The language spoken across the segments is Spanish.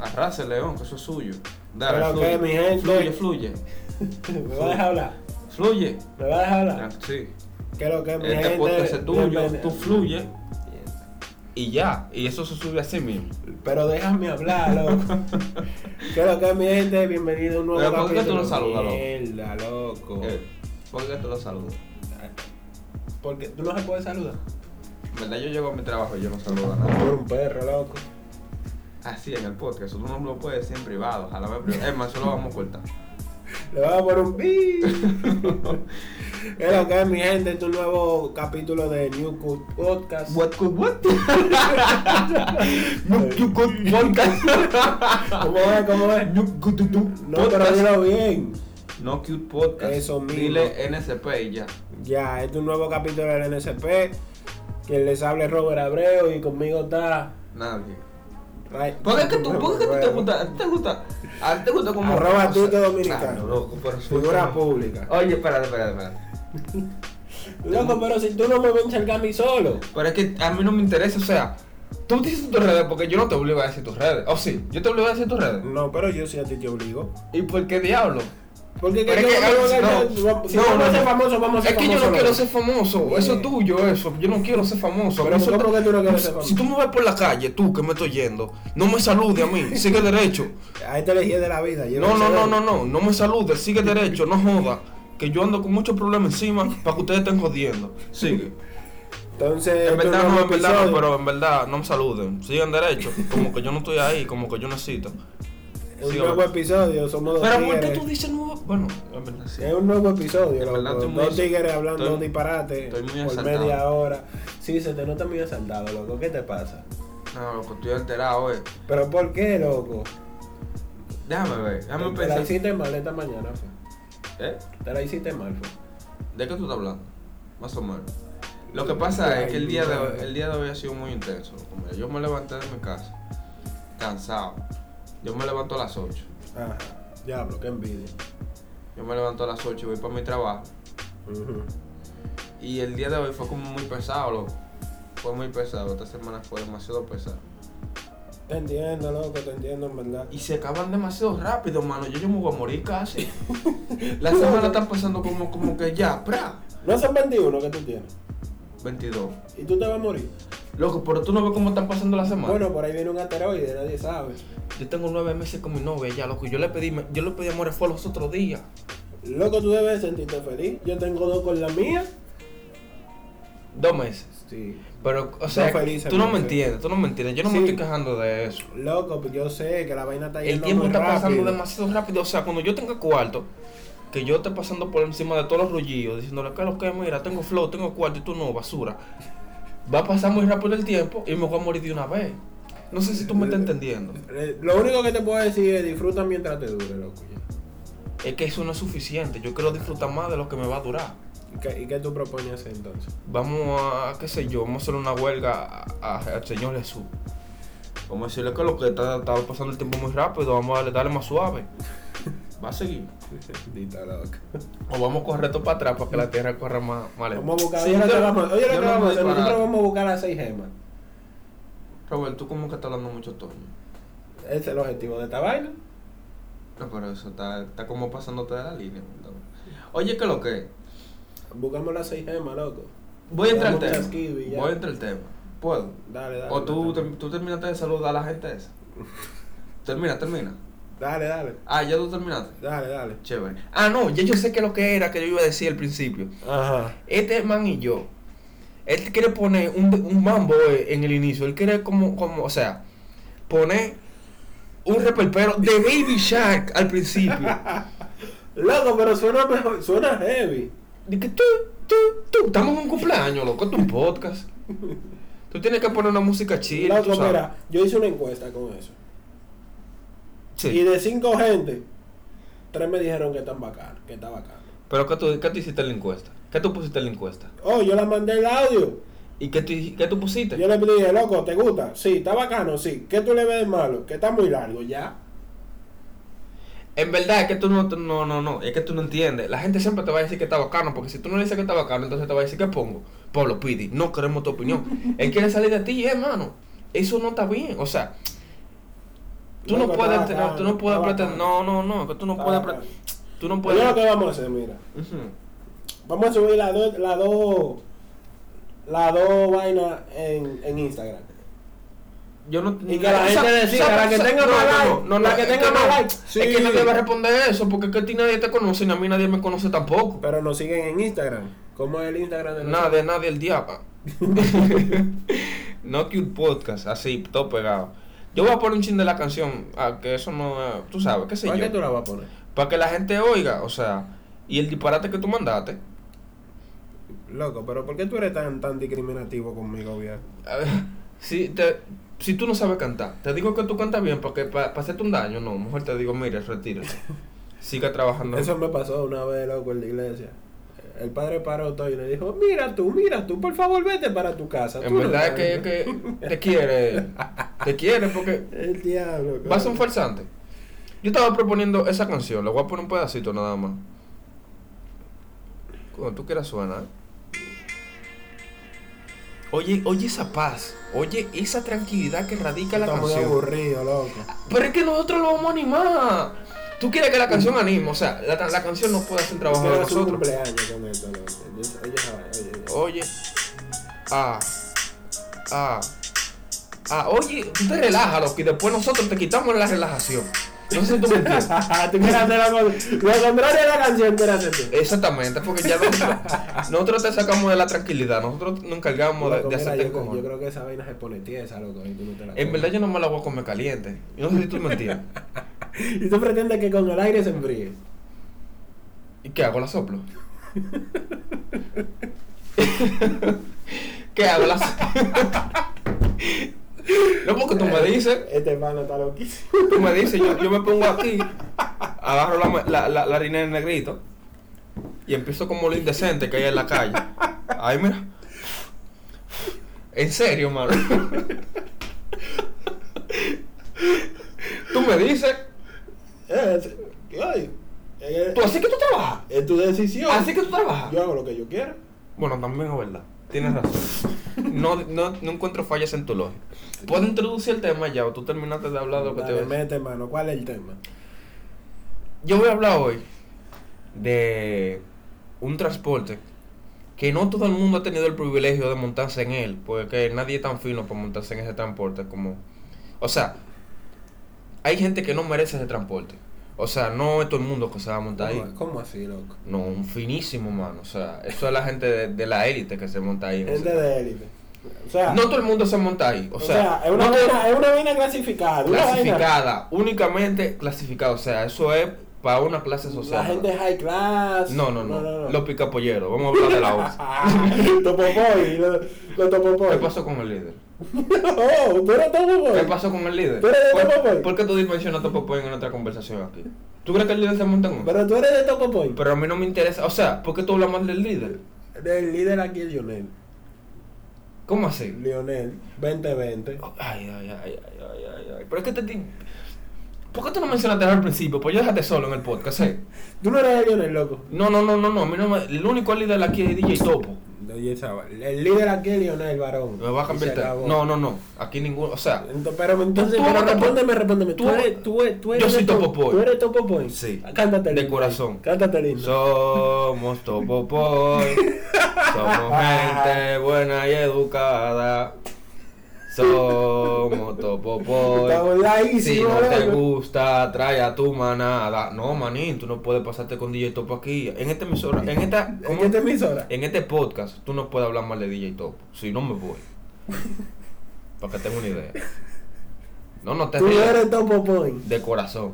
Arrase, León, que eso es suyo. Pero Dale, que fluye. mi gente- fluye, fluye. ¿Me va a dejar hablar? Fluye. ¿Me va a dejar hablar? Ya, Sí. ¿Qué es lo que es mi Este podcast gente? es tuyo, Bienvenido. tú fluye. Y ya, y eso se sube así mismo. Pero déjame hablar, loco. ¿Qué es lo que es mi gente? Bienvenido a un nuevo Pero, ¿por qué tú no saludas, loco? Mierda, loco. Eh, ¿Por qué te lo saludo? Porque tú no se puede saludar. En verdad, yo llego a mi trabajo y yo no saludo a Por nadie. un perro, loco. Así en el podcast, eso tú no me lo puedes decir en privado. Ojalá me privado. Es más, eso lo vamos a cortar. Le vamos a poner un pi. ¿Qué es lo que es mi gente? Este es un nuevo capítulo de New Cool Podcast. could what? You could podcast. ¿Cómo es? ¿Cómo es? No, pero dilo bien. No cute podcast. Eso mismo. Dile NSP y ya. Ya, este es un nuevo capítulo del NSP. Quien les habla es Robert Abreu y conmigo está. Nadie. Ray- ¿Por qué Pues es que tú, por qué es que tú te gusta? ¿A ti te gusta? ¿A ti te gusta como Arroba o sea, tuto dominicano. claro, loco, pero Figura suéltame. pública. Oye, espérate, espérate, espérate. Loco, pero si tú no me vas a encharcar a mí solo. Pero es que a mí no me interesa, o sea, tú dices tus redes porque yo no te obligo a decir tus redes. O sí, yo te obligo a decir tus redes. No, pero yo sí a ti te obligo. ¿Y por qué diablo? Porque Pero es que, ah, no, si no, vamos a no, ser no. famosos, vamos a Es ser que famosos. yo no quiero loco. ser famoso, eso es tuyo, eso. Yo no quiero ser famoso. Pero Eso ¿cómo está- que tú no quieres ser Si tú me ves por la calle, tú que me estoy yendo, no me saludes a mí, sigue derecho. A este elegí de la vida. yo No, no, sé. no, no, no, no me saludes, sigue derecho, no joda. Que yo ando con muchos problemas encima para que ustedes estén jodiendo. Sigue. Entonces, En este es un verdad, no, nuevo en verdad, no, episodio. pero en verdad, no me saluden. Sigan derecho, como que yo no estoy ahí, como que yo necesito. Es un Sí, nuevo bueno. episodio, somos dos Pero ¿por qué tigres. tú dices nuevo? Bueno, en verdad, sí. Es un nuevo episodio, En loco. verdad, estoy muy Dos asal- tigres hablando estoy- disparate estoy muy por asaltado. media hora. Sí, se te nota muy asaltado, loco. ¿Qué te pasa? No, loco, estoy alterado, eh. ¿Pero por qué, loco? Déjame ver, déjame te la pensar. hiciste mal esta mañana, fue. ¿Eh? Te la hiciste mal, fue. pues. ¿De qué tú estás hablando? Más o menos. Lo que pasa es que el día de hoy, el día de hoy ha sido muy intenso. loco. Mira, yo me levanté de mi casa, cansado. Yo me levanto a las 8. Ajá. Ah, Diablo, qué envidia. Yo me levanto a las 8 y voy para mi trabajo. Ujú. Y el día de hoy fue como muy pesado, loco. Fue muy pesado. Esta semana fue demasiado pesado. Te entiendo, loco, te entiendo, en verdad. Y se acaban demasiado rápido, mano. Yo, yo me voy a morir casi. La semana está pasando como, como que ya, pra. No son 21 que tú tienes. 22. Y tú te vas a morir. Loco, pero tú no ves cómo están pasando la semana. Bueno, por ahí viene un asteroide, nadie sabe. Yo tengo nueve meses con mi novia ya, loco. y Yo le pedí, yo le pedí amor fue los otros días. Loco, tú debes sentirte feliz. Yo tengo dos con la mía. Dos meses. Sí. Pero, o sea, feliz, tú no me amigo. entiendes, tú no me entiendes. Yo no me Sí. estoy quejando de eso. Loco, pues yo sé que la vaina está El yendo tiempo muy está pasando rápido. demasiado rápido. O sea, cuando yo tenga cuarto, que yo esté pasando por encima de todos los rullillos, diciéndole que lo que, mira, tengo flow, tengo cuarto y tú no, basura. Va a pasar muy rápido el tiempo y me voy a morir de una vez. No sé si tú me estás entendiendo. Eh, Lo único que te puedo decir es disfruta mientras te dure, loco. ya. Es que eso no es suficiente. Yo quiero disfrutar más de lo que me va a durar. ¿Y qué, y qué tú propones hacer entonces? Vamos a, qué sé yo, vamos a hacer una huelga a- a- al Señor Jesús. Vamos a decirle que lo que está, está pasando el tiempo muy rápido, vamos a darle, darle más suave. Va a seguir. Dita loca. O vamos a correr esto para atrás para que la tierra corra más, más lento. Vamos a buscar. Sí, oye, lo yo- que vamos, oye, lo yo que no vamos a voy hacer. para- Nosotros vamos a buscar las seis gemas. Robert, tú como que estás hablando mucho toño. Ese es el objetivo de esta vaina. No, pero eso está, está como pasándote de la línea. ¿no? Oye, ¿qué es lo que es? Buscamos las seis gemas, loco. Voy a entrar al Damos tema. chasquido y ya. Voy a entrar al tema. ¿Puedo? Dale, dale. O tú, dale. te- tú terminaste de saludar a la gente esa. Termina, termina. Dale, dale. Ah, ya tú terminaste. Dale, dale. Chévere. Ah, no, ya yo sé que lo que era que yo iba a decir al principio. Ajá. Este man y yo, él quiere poner un, un mambo eh, en el inicio. Él quiere como, como, o sea, poner un reperpero de Baby Shark al principio. Loco, pero suena mejor, suena heavy. De que tú, tú, tú, estamos en un cumpleaños, loco, esto es un podcast. Tú tienes que poner una música chida. loco, mira, yo hice una encuesta con eso. Y Sí. de cinco gente, tres me dijeron que están bacano, que está bacano. Pero ¿qué tú, qué tú hiciste en la encuesta? ¿Qué tú pusiste en la encuesta? Oh, yo le mandé el audio. ¿Y qué tú, qué tú pusiste? Yo le dije, loco, ¿te gusta? Sí, está bacano, sí. ¿Qué tú le ves de malo? Que está muy largo, ya. En verdad es que tú no, tú- no, no, no, es que tú no entiendes. La gente siempre te va a decir que está bacano, porque si tú no le dices que está bacano, entonces te va a decir que pongo. Pablo Pidi, no queremos eh, tu opinión. Él quiere salir de ti, hermano. Eso no está bien. O sea, tú Tú no Loco, puedes está tener, bacano, tú no puedes está pretender. No, no, no, que tú no Está puedes bacano. pre- Tú no Pues puedes. yo lo que vamos a hacer, mira. Ujú. Vamos a subir las dos las dos las dos vainas en, en Instagram. Yo no Y que la gente decida, la que tenga más like, la que es tenga más no. like. Es que Sí. nadie va a responder eso, porque es que a ti nadie te conoce, ni a mí nadie me conoce tampoco. Pero nos siguen en Instagram. ¿Cómo es el Instagram de Nada, de nadie el diablo. no que un podcast, así, todo pegado. Yo voy a poner un chin de la canción, ah, que eso no es- tú sabes, qué sé ¿Para yo. qué tú la vas a poner? Para que la gente oiga, o sea, y el disparate que tú mandaste. Loco, pero ¿por qué tú eres tan, tan discriminativo conmigo, viejo? A ver, si, te, si tú no sabes cantar, te digo que tú cantas bien porque para hacerte un daño, no, mejor te digo, mire, retírate. Siga trabajando. Eso me pasó una vez, loco, en la iglesia. El padre paró todo y le dijo, mira tú, mira tú, por favor vete para tu casa. en Tú no verdad es sabes". que, que te quiere, te quiere porque El va diablo. a coño. ser un farsante. Yo estaba proponiendo esa canción, le voy a poner un pedacito nada más. Cuando tú quieras suena. ¿eh? Oye, oye esa paz, oye esa tranquilidad que radica la Está muy canción. aburrido, loco. Pero es que nosotros lo vamos a animar. Tú quieres que la canción anime, o sea, la, la canción no puede hacer trabajo de Quiero hacer un nosotros. cumpleaños con esto, loco. Yo- Oye, esa vaina, oye, oye. Oye, ah, ah, ah, oye, tú te relajas, loco, y después nosotros te quitamos la relajación. No sé si tú me entiendes. Tú quieres hacer la cosa- Lo contrario de la canción, quieres hacer tú. Exactamente, porque ya nosotros, nosotros te sacamos de la tranquilidad, nosotros nos encargamos de, Loco, de mira, hacerte yo, creo- yo cojones. creo que esa vaina se pone tiesa, loco. Y tú no te la En comes. verdad yo no me la voy a comer caliente. Yo no sé si tú me entiendes. Y tú pretendes que con el aire se enfríe. ¿Y qué hago? ¿La soplo? ¿Qué hago? ¿La soplo? No, porque tú me dices, Este hermano está loquísimo. tú me dices, yo, yo me pongo aquí, agarro la, ma- la, la, la harina del negrito y empiezo como lo indecente que hay en la calle. Ay, mira. En serio, mano. Tú me dices, Eh, Es, ay, es, tú así que tú trabajas, es tu decisión. así que tú trabajas. Yo hago lo que yo quiera. Bueno, también es verdad. Tienes razón. No, no, no encuentro fallas en tu lógica. Puedo introducir el tema ya o tú terminaste de hablar de lo que te Dale, voy a decir? mete, hermano. ¿Cuál es el tema? Yo voy a hablar hoy de un transporte que no todo el mundo ha tenido el privilegio de montarse en él, porque nadie es tan fino para montarse en ese transporte como... O sea, hay gente que no merece ese transporte. O sea, no es todo el mundo que se va a montar ahí. ¿Cómo, cómo así, loco? No, un finísimo, mano. O sea, eso es la gente de, de la élite que se monta ahí. en ese Gente de élite. O sea, No todo el mundo se monta ahí. O o sea, sea, es, una no todo- vaina, es una vaina clasificada. una vaina- clasificada, únicamente clasificada. O sea, eso es para una clase social. La gente high class. no, no, no, Los picapolleros. Vamos a hablar de la otra. Topopoy, los lo topopoy. ¿Qué pasó con el líder? No, tú eres topopoy. ¿Qué pasó con el líder? Pero de Topo ¿Por, Boy. por qué tú dimensionas Topo Boy en nuestra conversación aquí? ¿Tú crees que el líder se monta en uno? Pero tú eres de topopoy. Pero a mí no me interesa. O sea, ¿por qué tú hablas más del líder? El líder aquí es Lionel. ¿Cómo así? Lionel, 2020. Ay, ay, ay, ay, ay, ay, ay. Pero es que te... te- ¿Por qué tú no mencionaste al principio? Pues yo déjate solo en el podcast, ¿eh? Tú no eres de Lionel, loco. No, no, no, no, no. A mí no me- el único líder aquí es DJ Topo. Oye, esa va- El líder aquí es Lionel, varón. Me va a cambiar Y el se tema. acabó. No, no, no. Aquí ninguno. O sea, Ento- pero entonces, Tú- tú pero eres topo- respóndeme, respóndeme. Tú, tú- eres, tú, eres- tú eres Yo soy de to- topopoy. Tú eres topopoy. Sí. Cántate De lindo. corazón. Cántate lindo. somos Topo Boy. Somos gente buena y educada. Somos Topo Boy. Estamos Si laísimo, no te loco. gusta, trae a tu manada. No, manín, tú no puedes pasarte con DJ Topo aquí. En esta emisora, en esta, ¿En qué te emisora? en este podcast, tú no puedes hablar mal de DJ Topo. Si no me voy. Para que tenga una idea. No, no te Tú rías. eres topopoy. De corazón.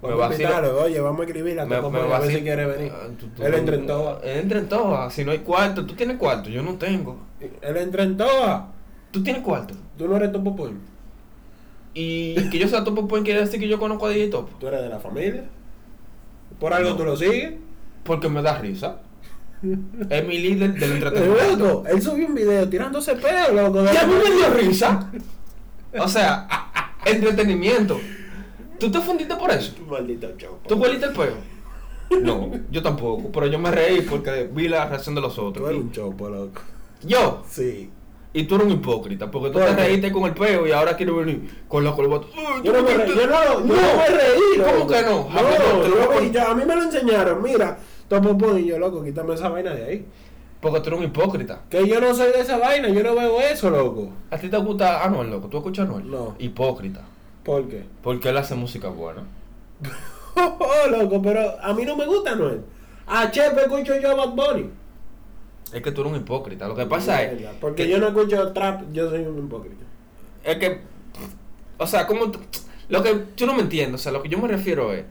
Vamos a vacila- invitarlo, Oye, vamos a escribir a me- me topopoy a ver vacila- si quiere venir. Ah, tú- tú- Él entra en toa. Él entra en toa. Si no hay cuarto, tú tienes cuarto, yo no tengo. Él entra en toa. Tú tienes cuarto. Tú no eres topopoy. Y que yo sea Topo Point quiere decir que yo conozco a DJ Topo. Tú eres de la familia. Por algo No. tú lo sigues. Porque me da risa. Es mi líder del entretenimiento. Loco, él subió un video tirándose pedo, loco. Ya a mí me dio risa. O sea, entretenimiento. ¿Tú te fundiste por eso? Tu maldito chopo. ¿Tú hueliste el peo? No, yo tampoco. Pero yo me reí porque vi la reacción de los Tú otros. eres un chopo, loco. Yo, Sí. Y tú eres un hipócrita, porque tú ¿Por te qué? reíste con el peo y ahora quieres venir con la corbata. Uy, Yo no me reí, yo no, No. yo no me reí. ¿Cómo loco. que no? No, Jamás no te lo loco, voy. y ya, a mí me lo enseñaron, mira, tomo pon y yo, loco, quítame esa vaina de ahí. Porque tú eres un hipócrita. Que yo no soy de esa vaina, yo no veo eso, loco. A ti te gusta Anuel, loco. ¿Tú escuchas a Anuel? No. Hipócrita. ¿Por qué? Porque él hace música buena. Oh, oh, loco, pero a mí no me gusta Noel. A Chepe escucho yo a Bad Bunny. Es que tú eres un hipócrita. Lo que pasa es. Mierda, Porque que- yo no escucho trap, yo soy un hipócrita. Es que. O sea, como. Lo que. Tú no me entiendes. O sea, lo que yo me refiero es.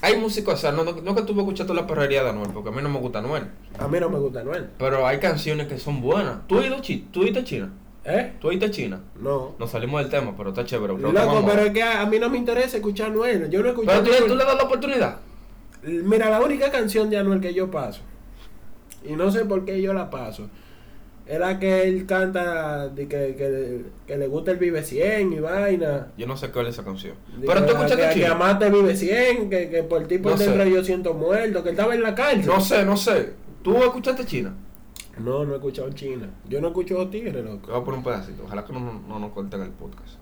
Hay músicos. O sea, no, no, no que tú me escuchas toda la perrería de Anuel. Porque a mí no me gusta Anuel. A mí no me gusta Noel. Pero hay canciones que son buenas. Tú oíste China. Tú oíste China. ¿Eh? Tú oíste China. No. Nos salimos del tema, pero está chévere. Pero, Loco, vamos a- pero es que a, a mí no me interesa escuchar Noel. Yo no escucho Pero tú, Anuel. tú le das la oportunidad. Mira, la única canción de Anuel que yo paso, y no sé por qué yo la paso, era que él canta de que, que, que le gusta el Vive 100 y vaina. Yo no sé cuál es esa canción. De Pero tú que- escuchaste que, que China. amaste Vive 100, que, que por ti por No sé. dentro yo siento muerto, que él estaba en la cárcel. No sé, no sé. Tú escuchaste China. No, no he escuchado China. Yo no he escuchado Tigre, loco. Voy a poner un pedacito. Ojalá que no, no, no nos corten el podcast.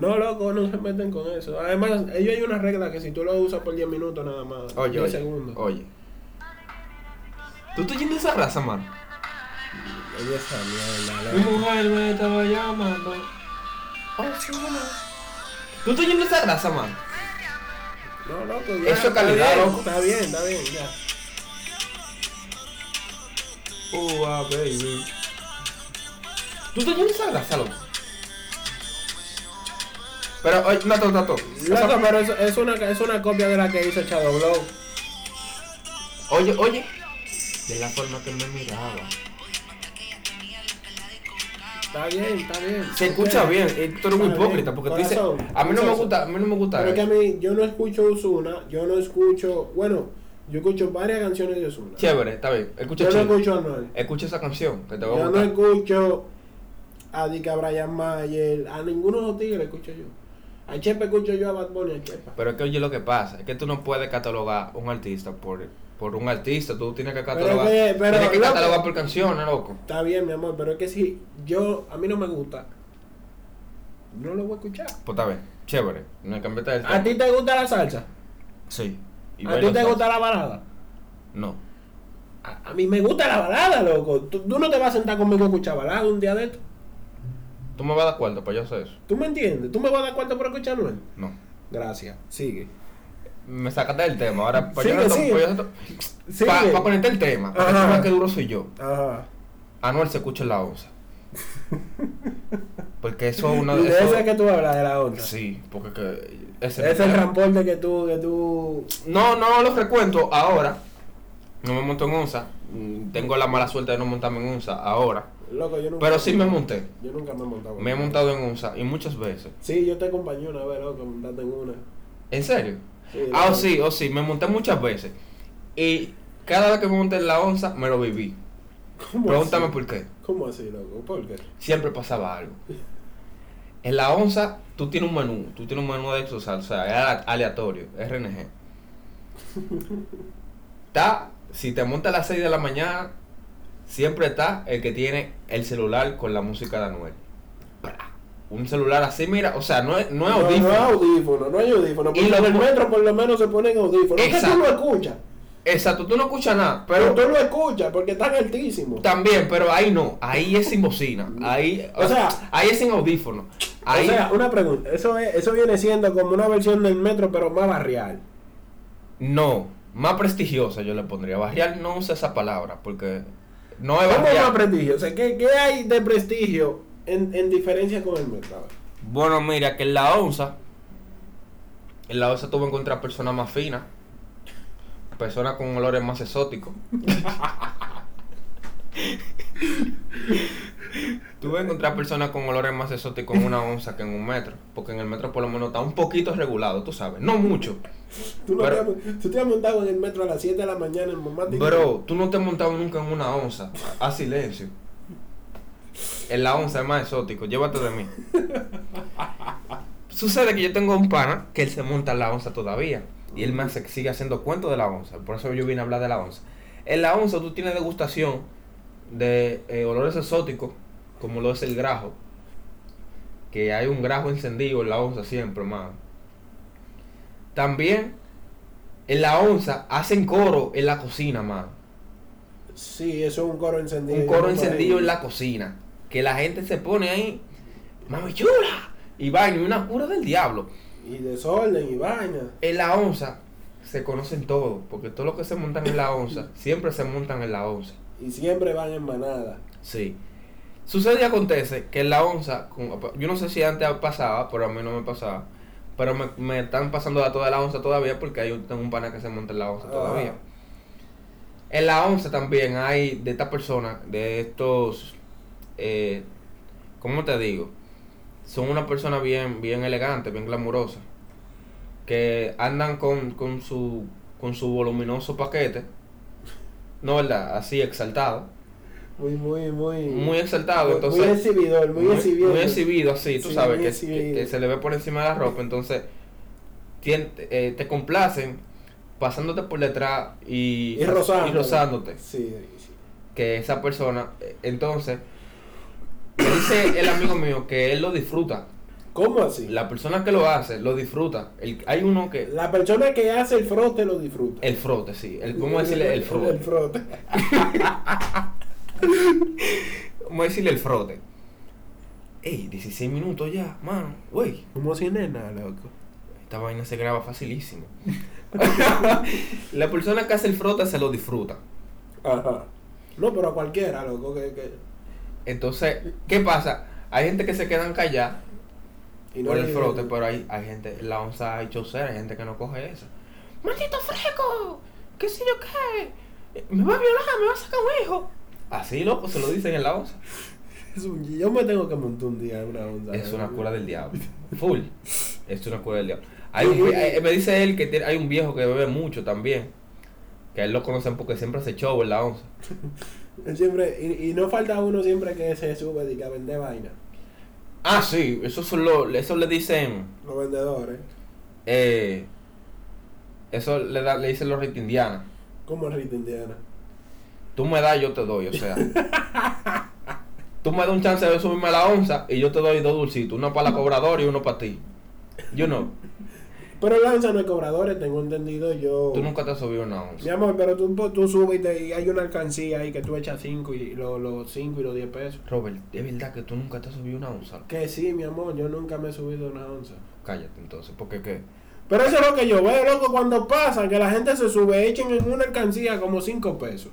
No, loco, no se meten con eso. Además, ellos hay una regla que si tú lo usas por 10 minutos nada más, Oye, 10 oye. segundos. Oye. Tú estás yendo a esa raza, man. Oye, esa mierda, Mi loco. mujer me estaba llamando. Oh, Tú estás yendo a esa raza, man. No, loco, ya. Eso es está calidad, bien, loco. Está bien, está bien, ya. Oh, ah, baby. Tú estás yendo a esa raza, loco. Pero, oye, Nato, Nato. Loco, pero es, es una, es una copia de la que hizo Shadow Blow. Oye, oye. De la forma que me miraba. Está bien, está bien. Se escucha Ok. bien, eh, tú eres muy Está hipócrita bien, porque te dice, corazón, a mí no me corazón. gusta, a mí no me gusta. Pero es que a eso". mí, yo no escucho Ozuna, yo no escucho. Bueno, yo escucho varias canciones de Ozuna. Chévere, está bien. Escucha, Yo no Chino. escucho a Noel. escucha esa canción que te va a Yo no gustar. escucho a Dick a Brian Mayer, a ninguno de los tigres escucho yo. A Chepe escucho yo a Bad Bunny, a Chepa. Pero es que oye lo que pasa, es que tú no puedes catalogar un artista por, por un artista, tú tienes que catalogar, que- pero, tienes que loco. catalogar por canciones, loco. Está bien, mi amor, pero es que si yo, a mí no me gusta, no lo voy a escuchar. Pues está bien, chévere, no cambiaste el ¿A ti te gusta la salsa? Sí. Y ¿A bailo ti te salsa. gusta la balada? No. A, a mí me gusta la balada, loco. Tú, tú no te vas a sentar conmigo a escuchar balada un día de esto. ¿Tú me vas a dar cuarto para yo hacer eso? ¿Tú me entiendes? ¿Tú me vas a dar cuarto por escuchar Noel? No. Gracias. Sigue. Me sacaste del tema, ahora para Sigue, yo no to- sigue. para yo no to- Sigue. pa- pa conectar el tema, para que Ajá. tú veas qué duro soy yo. Ajá. Anuel se escucha en la onza. Porque eso es una y de eso- esa que tú hablas, de la onda. Sí, porque que- ese Es el ramporte que tú, que tú... No, no lo frecuento ahora. No me monto en onza. Mm, Tengo la mala suerte de no montarme en onza ahora. Loco, yo nunca... Pero sí me monté. Yo nunca me he montado. Me he montado en onza y muchas veces. Sí, yo te acompañé una vez, loco, montaste en una. ¿En serio? Sí, Ah, loco. oh, sí, oh, sí, me monté muchas veces. Y cada vez que me monté en la onza, me lo viví. ¿Cómo Pregúntame así? por qué. ¿Cómo así, loco? ¿Por qué? siempre pasaba algo. En la onza, tú tienes un menú, tú tienes un menú de exo salsa, es ale- aleatorio, RNG. Está, si te montas a las 6 de la mañana, siempre está el que tiene el celular con la música de Anuel. Pra. Un celular así, mira, o sea, no es, no es audífono. No, hay audífono, no hay audífono. Y Porque lo- en el metro por lo menos se ponen audífonos. Es que tú Exacto. lo escuchas. Exacto, tú no escuchas nada, Pero pero tú lo escuchas porque están altísimos. también, pero ahí no, ahí es sin bocina, ahí, O sea- ahí es sin audífono. Ahí, O sea, una pregunta. Eso, es, eso viene siendo como una versión del metro, pero más barrial. No, más prestigiosa yo le pondría. Barrial no usa esa palabra porque no es ¿Cómo más barrial. prestigio? O sea, ¿qué, qué hay de prestigio en, en diferencia con el metro? A ver. Bueno, mira, que en la onza, en la onza tú vas a encontrar personas más finas, personas con olores más exóticos. tú vas a encontrar personas con olores más exóticos en una onza que en un metro, porque en el metro por lo menos está un poquito regulado, tú sabes, no mucho. Tú, no Pero- te has, tú te has montado en el metro a las 7 de la mañana en mamá Tigre. Bro, tú no te has montado nunca en una onza. A silencio. En la onza es más exótico. Llévate de mí. Sucede que yo tengo un pana que él se monta en la onza todavía. Y él me hace- sigue haciendo cuentos de la onza. Por eso yo vine a hablar de la onza. En la onza tú tienes degustación de eh, olores exóticos como lo es el grajo. Que hay un grajo encendido en la onza siempre, hermano. También en la onza hacen coro en la cocina, mano. Sí, eso es un coro encendido. Un coro encendido en la cocina. Que la gente se pone ahí, mami chula, y vaina, y una cura del diablo. Y desorden y vaina. En la onza se conocen todos, porque todos los que se montan en la onza, siempre se montan en la onza. Y siempre van en manada. Sí. Sucede y acontece que en la onza, como- yo no sé si antes pasaba, pero a mí no me pasaba. Pero me, me están pasando la toda la onza todavía porque hay un, tengo un pana que se monta en la onza Ah. todavía. En la onza también hay de estas personas, de estos, eh, ¿cómo te digo? Son una persona bien, bien elegante, bien glamurosa, que andan con, con su, con su voluminoso paquete, no verdad, así exaltado, Muy, muy, muy. muy exaltado, muy- entonces. Muy exhibidor, muy, exhibido. Muy exhibido, así, tú Sí, sabes, muy que, exhibido. que- que se le ve por encima de la ropa, entonces tien- eh, te complacen pasándote por detrás y, Y rozándote. rozándote. Sí, sí. Que esa persona, eh, entonces, me dice el amigo mío que él lo disfruta. ¿Cómo así? La, La persona que lo hace, lo disfruta. El- hay uno que... persona que hace el frote lo disfruta. El frote, sí. El, ¿Cómo decirle el frote? El frote. ¿Cómo decirle el frote? Ey, 16 minutos ya, mano. Güey, Como si nena, loco. Esta vaina se graba facilísimo. la persona que hace el frote se lo disfruta. Ajá. No, pero a cualquiera, loco. Que, que... Entonces, ¿qué pasa? Hay gente que se quedan calladas y no por el hay- frote, pero hay, hay gente, en la onza hay chocera, hay gente que no coge eso. ¡Maldito fresco! ¿Qué sé yo qué? Me va a violar, me va a sacar un hijo. Así, loco, se lo dicen en la onza. Es un- Yo me tengo que montar un día en una onda. Es una loco. cura del diablo. Full. Es una cura del diablo. Hay un vie- eh, me dice él que tiene- hay un viejo que bebe mucho también. Que a él lo conocen porque siempre hace show en la onza. Él Siempre, y, y no falta uno siempre que se sube y que vende vaina. Ah, sí, eso, son lo, eso le dicen. Los vendedores. Eh, eso le, da, le dicen los rita indiana. Como el rito indiana. Tú me das, yo te doy, o sea. tú me das un chance de subirme a la onza y yo te doy dos dulcitos: uno para la cobradora y uno para ti. Yo no, Pero lanza no hay cobradores, tengo entendido yo. tú nunca te has subido a una Mi onza. amor, pero tú, tú subes y, te- y hay una alcancía ahí que tú echas 5 y lo- los 5 y los 10 pesos. Robert, es verdad que tú nunca te has subido a una onza. Que sí, mi amor, yo nunca me he subido una onza. Cállate entonces, porque qué. Pero eso es lo que yo veo, loco, cuando pasa, que la gente se sube, echen en una alcancía como 5 pesos.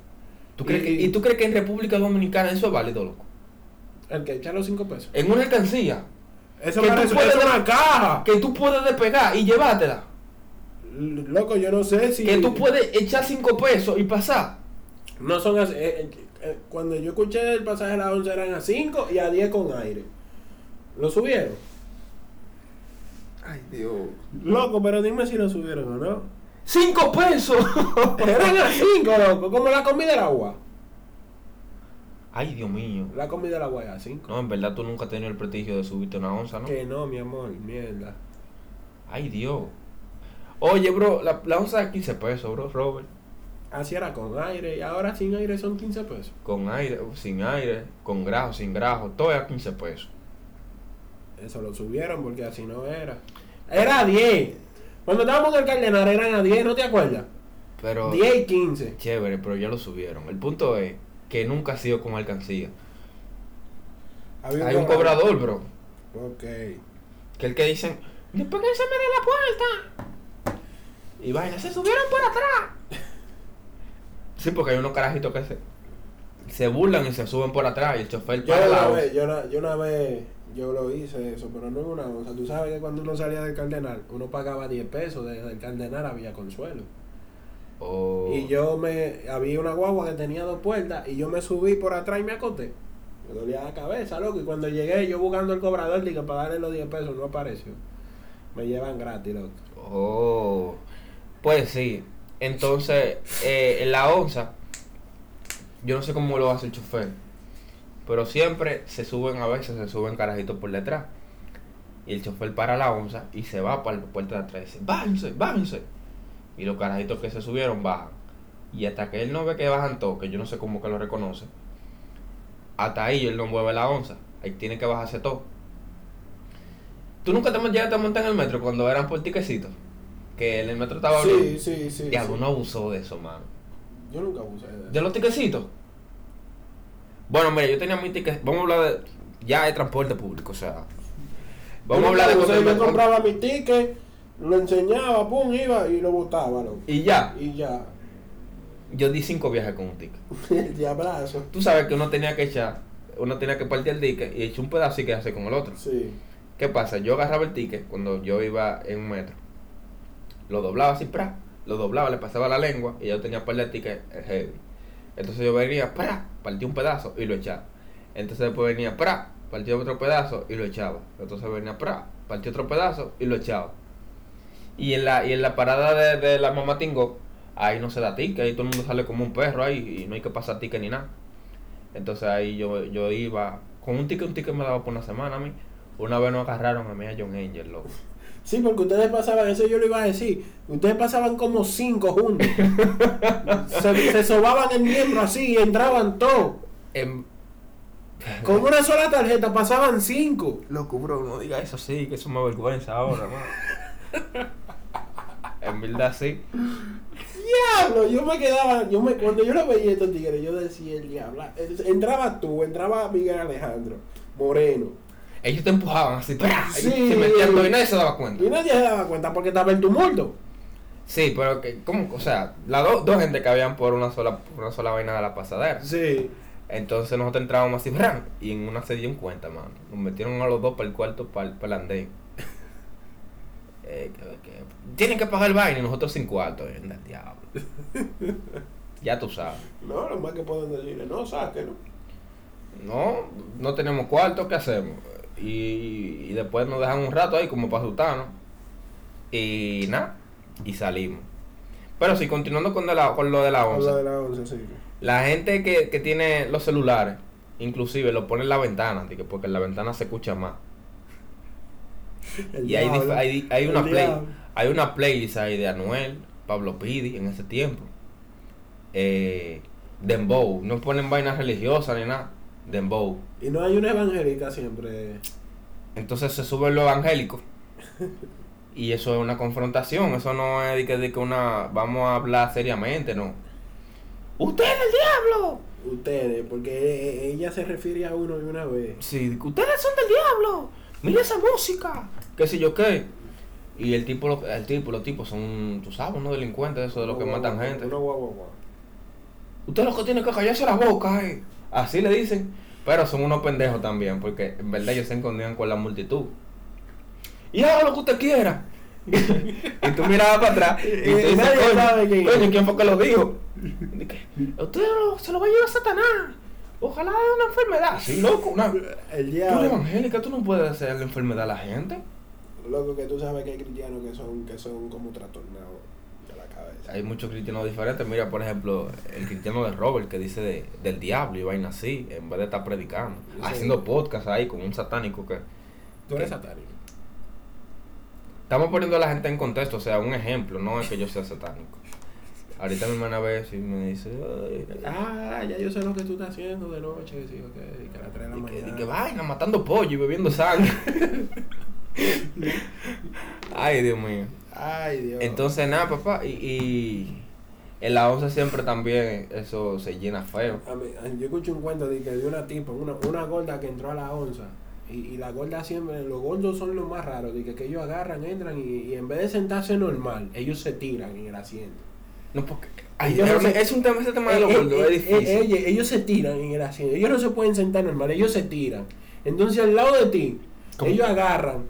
¿Tú crees que, Y- ¿Y tú crees que en República Dominicana eso es válido, loco? El que echa los 5 pesos. En una alcancía Eso Que tú parece puedes- eso es una caja. que tú puedes despegar y llevártela. L- Loco, yo no sé si... Que tú puedes echar cinco pesos y pasar. No son así. eh, eh, eh, cuando yo escuché el pasaje a las 11 eran a 5 y a 10 con aire. ¿Lo subieron? Ay, Dios. Loco, pero dime si lo subieron o no. Pues ¡Cinco pesos! Eran a 5, loco, como la comida del agua. Ay, Dios mío. La comida del agua es a 5. No, en verdad tú nunca has tenido el prestigio de subirte una onza, ¿no? Que no, mi amor, mierda. Ay, Dios. Oye, bro, la, la onza de 15 pesos, bro, Robert. Así era con aire y ahora sin aire son 15 pesos. Con aire, sin aire, con grajo, sin grajo, todo es a 15 pesos. Eso lo subieron porque así no era. Era a 10. Cuando estábamos en el Cardenal eran a 10, ¿no te acuerdas? Pero, 10 y 15. chévere, pero ya lo subieron. El punto es que nunca ha sido con alcancía. Había Hay un cobrador, bro, Ok. que el que dicen, despeguénseme de la puerta. Y vaina, se subieron por atrás. Sí, porque hay unos carajitos que se, se burlan y se suben por atrás y el chofer Yo para la una, onza. vez, yo, una, yo una vez, yo lo hice eso, pero no en una onza. Tú sabes que cuando uno salía del Cardenal, uno pagaba 10 pesos desde el Cardenal a Villa Consuelo. Oh. Y yo me, había una guagua que tenía dos puertas y yo me subí por atrás y me acoté. Me dolía la cabeza, loco. Y cuando llegué, yo buscando el cobrador, dije, para darle los 10 pesos, no apareció. Me llevan gratis, loco. Oh. Pues sí. Entonces, eh, en la onza, yo no sé cómo lo hace el chofer, pero siempre se suben, a veces se suben carajitos por detrás. Y el chofer para la onza y se va para la puerta de atrás. y Dice, bájense, bájense. Y los carajitos que se subieron bajan. Y hasta que él no ve que bajan todos, que yo no sé cómo que lo reconoce, Hasta ahí él no mueve la onza. Ahí tiene que bajarse todo. ¿Tú nunca te mon- llegaste a montar en el metro cuando eran por tiquecitos? Que el metro estaba Sí, abriendo. sí, sí. Diablo, sí. no abusó de eso, mano. Yo nunca abusé de ¿De eso. los tiquecitos? Bueno, mira, yo tenía mi ticket. Vamos a hablar de. Ya de transporte público, o sea. Vamos Yo a hablar de nunca abusé, cuando el Yo metro- compraba mi ticket, lo enseñaba, pum, iba y lo botaba, loco. Y ya, Y ya. yo di cinco viajes con un ticket. de abrazo. Tú sabes que uno tenía que echar, uno tenía que partir el ticket y echar un pedazo y quedarse con el otro. Sí. ¿Qué pasa? Yo agarraba el ticket cuando yo iba en un metro. Lo doblaba así, pra. Lo doblaba, le pasaba la lengua y yo tenía par de tickets eh, heavy. Entonces yo venía, pra, partía un pedazo y lo echaba. Entonces después venía, pra, partía otro pedazo y lo echaba. Entonces venía, pra, partía otro pedazo y lo echaba. Y en la, y en la parada de, de la mamá Tingo, ahí no se da ticket, ahí todo el mundo sale como un perro ahí y no hay que pasar ticket ni nada. Entonces ahí yo, yo iba, con un ticket, un ticket me daba por una semana a mí. Una vez nos agarraron a mí a John Angel, loco. Sí, porque ustedes pasaban, eso yo lo iba a decir, ustedes pasaban como cinco juntos. se, se sobaban el miembro así y entraban todos. Em, Con una sola tarjeta pasaban cinco. Loco, bro, no diga eso sí, que eso me avergüenza ahora, mano. en verdad sí. Diablo, yo me quedaba, yo me, cuando yo lo veía estos tigres, yo decía el diablo. Entraba tú, entraba Miguel Alejandro, Moreno. Ellos te empujaban así, ¡pra! Y Sí. se metían todo y nadie se daba cuenta. Y nadie se daba cuenta porque estaba el tumulto. Sí, pero que, ¿cómo? O sea, las dos dos gente que habían por una sola, por una sola vaina de la pasadera. Sí. Entonces nosotros entrábamos así, ¡bran! Y en una se dieron cuenta, mano. Nos metieron a los dos para el cuarto, para, el andén. Eh, que- que- tienen que pagar el baile y nosotros sin cuarto. eh, anda, diablo. ya tú sabes. No, lo más que pueden decirle, no, sáquenlo. No, no tenemos cuarto, ¿qué hacemos? Y, y después nos dejan un rato ahí como para asustarnos. Y nada, y salimos. Pero sí, continuando con, de la- con lo de la onza. Habla de la once, sí. La gente que, que tiene los celulares, inclusive lo pone en la ventana, de que porque en la ventana se escucha más. El Y hay, dif- diablo. hay, hay una El play, diablo. hay una playlist ahí de Anuel, Pablo Pidi en ese tiempo. Eh, Dembow, no ponen vainas religiosas ni nada. Dembow. Y no hay una evangélica siempre. Entonces se suben los evangélicos. Y eso es una confrontación, eso no es de que, de que una vamos a hablar seriamente, no. ¡Usted es el diablo! Ustedes, porque e- e- ella se refiere a uno de una vez. Sí, ustedes son del diablo. Mira esa música. Qué sé yo qué. Y el tipo, lo- el tipo, los tipos son, tú sabes, unos delincuentes, eso de los que Guau, matan guau, gente. guau, guau, guau, guau. Ustedes los que tienen que callarse la boca, eh. Así le dicen. Pero son unos pendejos también, porque en verdad ellos se escondían con la multitud. Y haga lo que usted quiera. y tú mirabas para atrás y tú Y dices, nadie coño, sabe quién es". coño, ¿quién fue que lo dijo? Y que, Usted lo- se lo va a llevar Satanás. Ojalá de una enfermedad. Sí, loco, una, El Tú eres diablo. evangélica, tú no puedes hacer la enfermedad a la gente. Loco, que tú sabes que hay cristianos que son, que son como trastornados de la cabeza. Hay muchos cristianos diferentes. Mira, por ejemplo, el cristiano de Robert que dice de- del diablo y vaina así, en vez de estar predicando. Sí. Haciendo podcast ahí con un satánico que... Tú eres satánico. Estamos poniendo a la gente en contexto, o sea, un ejemplo, no es que yo sea satánico. Ahorita mi hermana ve eso y me dice... "Ay, Ah, ya yo sé lo que tú estás haciendo de noche. Sí, ok. Y que a las 3 de la y que, mañana. y que vaina, matando pollo y bebiendo sangre. Ay, Dios mío. Ay, Dios. Entonces, nada, papá, y, y en la once siempre también eso se llena feo. A mí- a- yo escuché un cuento de, que de una tipa, una, una gorda que entró a la onza. Y, y la gorda siempre, los gordos son los más raros. De que, que ellos agarran, entran y, y en vez de sentarse normal, ellos se tiran en el asiento. No, porque. Ay, Yo no pero sé- me- es un tema, ese tema de los Eh, gordos, eh, es difícil. eh, ellos- ellos se tiran en el asiento. Ellos no se pueden sentar normal, ellos se tiran. Entonces al lado de ti, ¿Cómo? ellos agarran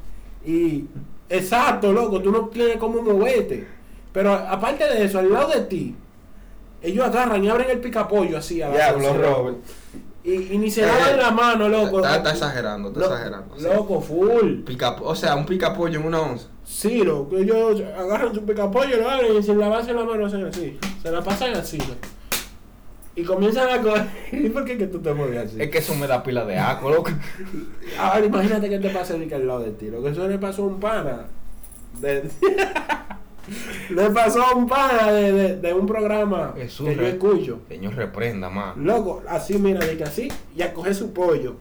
y... Exacto, loco, tú no tienes cómo moverte. Pero aparte de eso, al lado de ti, ellos agarran y abren el picapollo así a la Diablo, persona. Robert. Y, y ni se Eh, daban la mano, loco. Está, está exagerando, está Lo- exagerando. sí. Loco, full. Pica- o sea, un picapollo en una onza. Sí, loco. Ellos agarran su picapollo, lo abren y sin lavarse la mano hacen así. Se la pasan así, loco. Y comienzan a coger. ¿Y por qué que tú te mueves así? Es que eso me da pila de aco, loco. Ahora imagínate que te pasa de que al lado de ti. Lo que eso le pasó a un pana. De... Le pasó a un pana de, de- de un programa Jesús, que yo re- escucho. Señor, reprenda, más. Loco, así mira, de que así, y a coger su pollo.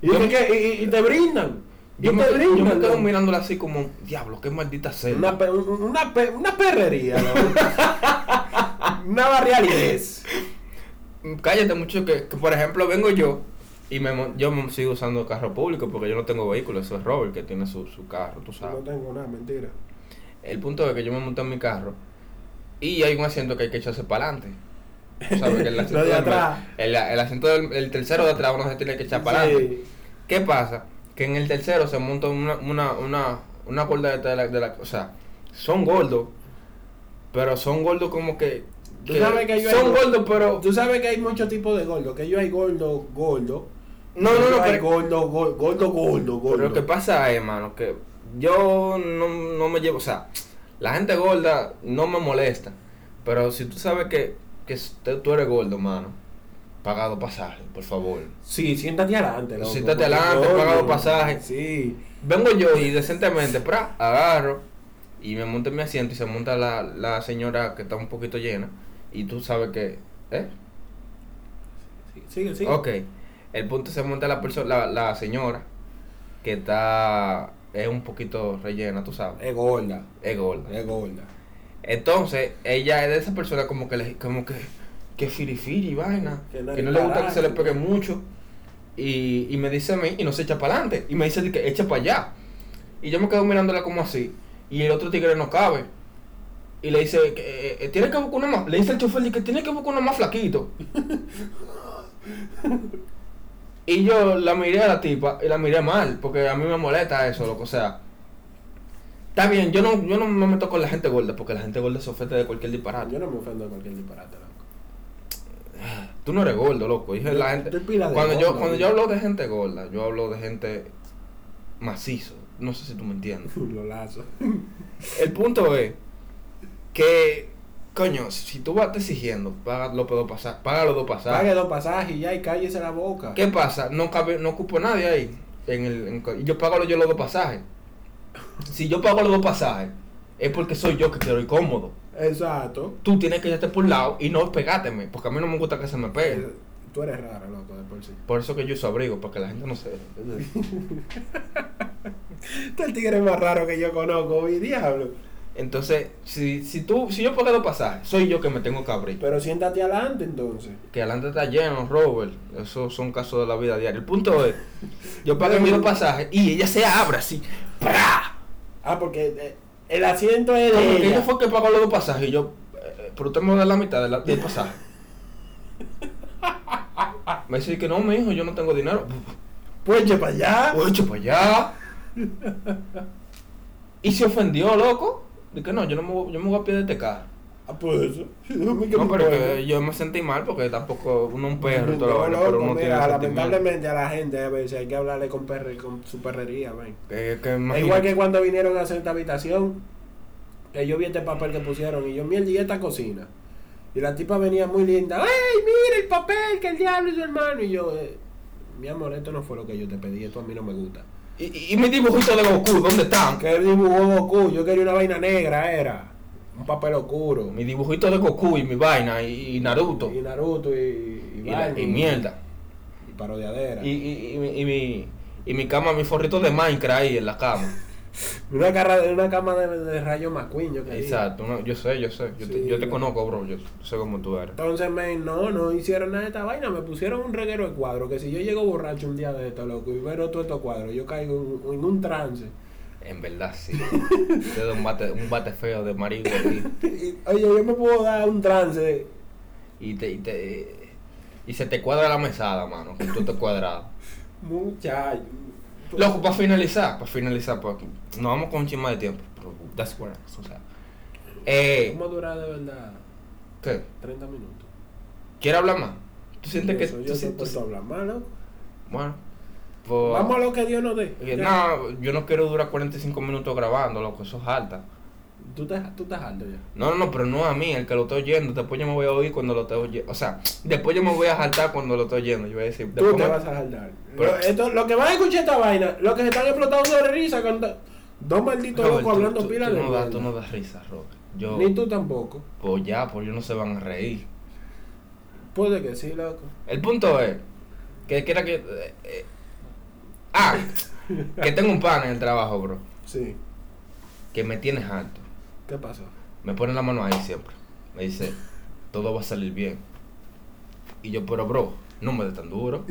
Y, Yo de me- que- y- y- y te brindan. Y Yo me, te yo me brindan. quedo loco. mirándola así como, diablo, qué maldita sea. Una, pe- un- una, pe- una perrería, loco. una barrialidez. Cállate mucho que, que, por ejemplo, vengo yo y me, mon- yo me sigo usando carro público porque yo no tengo vehículo. Eso es Robert que tiene su, su carro, tú sabes. tengo nada, mentira. El punto es que yo me monté en mi carro y hay un asiento que hay que echarse para adelante. ¿Sabes? Que el Lo asiento, de del- atrás. el, el asiento del el tercero de atrás uno se tiene que echar para adelante. ¿Qué pasa? Que en el tercero se monta una, una, una, una gorda de la, de la- O sea, son gordos, pero son gordos como que. Tú que sabes que yo son hay- gordos, pero. Tú sabes que hay muchos tipos de gordo, que yo hay gordo, gordo. No, no, no, Yo hay pero, gordo, gordo, gordo, gordo, pero gordo. lo que pasa es, hermano, que yo no, no me llevo. O sea, la gente gorda no me molesta, pero si tú sabes que, que s- te- tú eres gordo, mano, pagado pasaje, por favor. Sí, siéntate adelante, loco, Siéntate porque adelante, gordo. paga los pasajes. Sí. Vengo yo y decentemente, pra, agarro y me monto en mi asiento y se monta la, la señora que está un poquito llena. Y tú sabes que. ¿Eh? Sí, Sigue, sigue. Ok. El punto se monta la, perso- la, la señora que está. Es un poquito rellena, tú sabes. Es gorda, Es gorda. es gorda. Entonces, ella es de esas personas como que. le- como que. Que firifiri, vaina. Que Que no no, le le gusta que paraje. se le pegue mucho. Y, y me dice a mí y no se echa para adelante. Y me dice de que echa para allá. Y yo me quedo mirándola como así. Y el otro tigre no cabe. Y le dice, que, eh, eh, tiene que buscar uno más. Le dice al chofer de que tiene que buscar uno más flaquito. y yo la miré a la tipa y la miré mal. Porque a mí me molesta eso, loco. O sea, está bien, yo no, yo no me meto con la gente gorda. Porque la gente gorda se ofende de cualquier disparate. Ah, Yo no me ofendo de cualquier disparate, loco. Tú no eres gordo, loco. Dije Yo- la gente. yo soy pila de Cuando yo, gordo, cuando loco. yo hablo de gente gorda, yo hablo de gente macizo. No sé si tú me entiendes. Lo lazo. El punto es que, coño, si tú vas exigiendo, paga los dos pasajes. Paga los dos pasajes. Pague dos pasajes y ya y cállese la boca. ¿Qué pasa? No cabe, no ocupo nadie ahí. En el, en co- y yo pago los- yo los dos pasajes. Si yo pago los dos pasajes, es porque soy yo que quiero ir cómodo. Exacto. Tú tienes que irte por un lado y no pegáteme, porque a mí no me gusta que se me pegue. Tú eres rara, loco, de por sí. Por eso que yo uso abrigo, para que la gente no se... Este es el tigre más raro que yo conozco, mi diablo. Entonces, si, si tú, si yo pago dos pasajes, soy yo que me tengo que abrir. Pero siéntate adelante entonces. Que adelante está lleno, Robert. Esos son casos de la vida diaria. El punto es, yo pagué mis dos pasajes y ella se abre así. ¡Pra! Ah, porque eh, el asiento es de Porque ella ella. fue que pagó los dos pasajes y yo, eh, pero usted me da la mitad de la- del pasaje. Me dice que no, mi hijo, yo no tengo dinero. Pues para allá. Ocho para allá. pues, Y se ofendió, loco. Dije, no, yo no me, voy- yo me voy a pie de este carro. Ah, pues eso. No, No, pero que yo me sentí mal porque tampoco uno es un perro y toda la vaina, loco, pero uno tiene mira, sentimiento. lamentablemente a la gente a veces hay que hablarle con, perre, con su perrería, ven. Que, que Es imagínate. Igual que cuando vinieron a hacer esta habitación, que yo vi este papel que pusieron y yo, mierda, y esta cocina. Y la tipa venía muy linda, ¡ay, mira el papel que el diablo y su hermano! Y yo, eh, mi amor, esto no fue lo que yo te pedí, esto a mí no me gusta. Y, y- y mis dibujitos de Goku, ¿dónde están? Que dibujó Goku, yo quería una vaina negra, era. Un papel oscuro. Mi dibujito de Goku y mi vaina y, y Naruto Y y, Naruto y. Y, la- vaina, y mierda. Y parodiadera. Y, y, y, mi- y mi, y mi cama, mi forrito de Minecraft ahí en la cama. Una, cara, una cama de, de rayo McQueen, yo quería. Exacto, no, yo sé, yo sé. Yo, Sí, te, yo te no. conozco, bro. Yo sé cómo tú eres. Entonces, me, no, no hicieron nada de esta vaina. Me pusieron un reguero de cuadros. Que si yo llego borracho un día de esto, loco, y veo todos estos cuadros, yo caigo en, un- en un trance. En verdad, sí. Te doy un bate, un bate feo de marido aquí. Y, oye, yo me puedo dar un trance. Y, te, y, te, y se te cuadra la mesada, mano. Que tú te cuadrado. Muchacho. Loco, para finalizar, para finalizar, pa- nos vamos con un chisme de tiempo. Pero that's what happens, o sea. Eh, ¿Cómo dura de verdad? ¿Qué? 30 minutos. ¿Quieres hablar más? ¿Tú sientes Y que.? eso, tú yo si- te tú si- puedo hablar más, loco. bueno, pues. Vamos a lo que Dios nos dé. eh, Ya. No, yo no quiero durar 45 minutos grabando, loco, eso es alta. Tú, te, tú estás harto ya. No, no, no, pero no a mí, el que lo está oyendo. Después yo me voy a oír cuando lo esté oyendo. O sea, después yo me voy a saltar cuando lo estoy oyendo. Yo voy a decir. Tú después te me- vas a jardar. Pero- Lo- esto- lo que van a escuchar esta vaina, lo que se están explotando de risa con do- dos malditos Robert, locos tú- hablando tú- pila tú de no das, mierda. tú no das risa, Robert. Yo, Ni tú tampoco. pues ya, pues ellos no se van a reír. Puede que sí, loco. El punto es que, que era que. eh, eh, ah, que tengo un pan en el trabajo, bro. Sí. Que me tienes alto. ¿Qué pasó? Me pone la mano ahí siempre. Me dice, todo va a salir bien. Y yo, pero bro, no me des tan duro.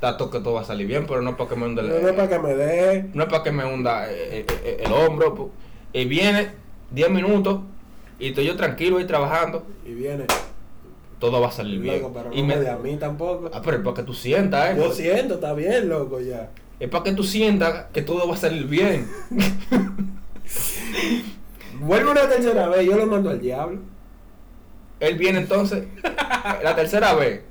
Tanto que todo va a salir bien, pero no para que me hunda el, No, no es para que me dé. no es para que me hunda eh, eh, eh, el hombro. po. Y viene 10 minutos y estoy yo tranquilo ahí trabajando. Y viene. Todo va a salir bien. Loco, pero y no me me dé a mí tampoco. Ah, pero es para que tú sientas, eh. Yo siento, está bien, loco, ya. Es para que tú sientas que todo va a salir bien. Vuelve una tercera vez, yo lo mando al diablo. Él viene entonces, la tercera vez,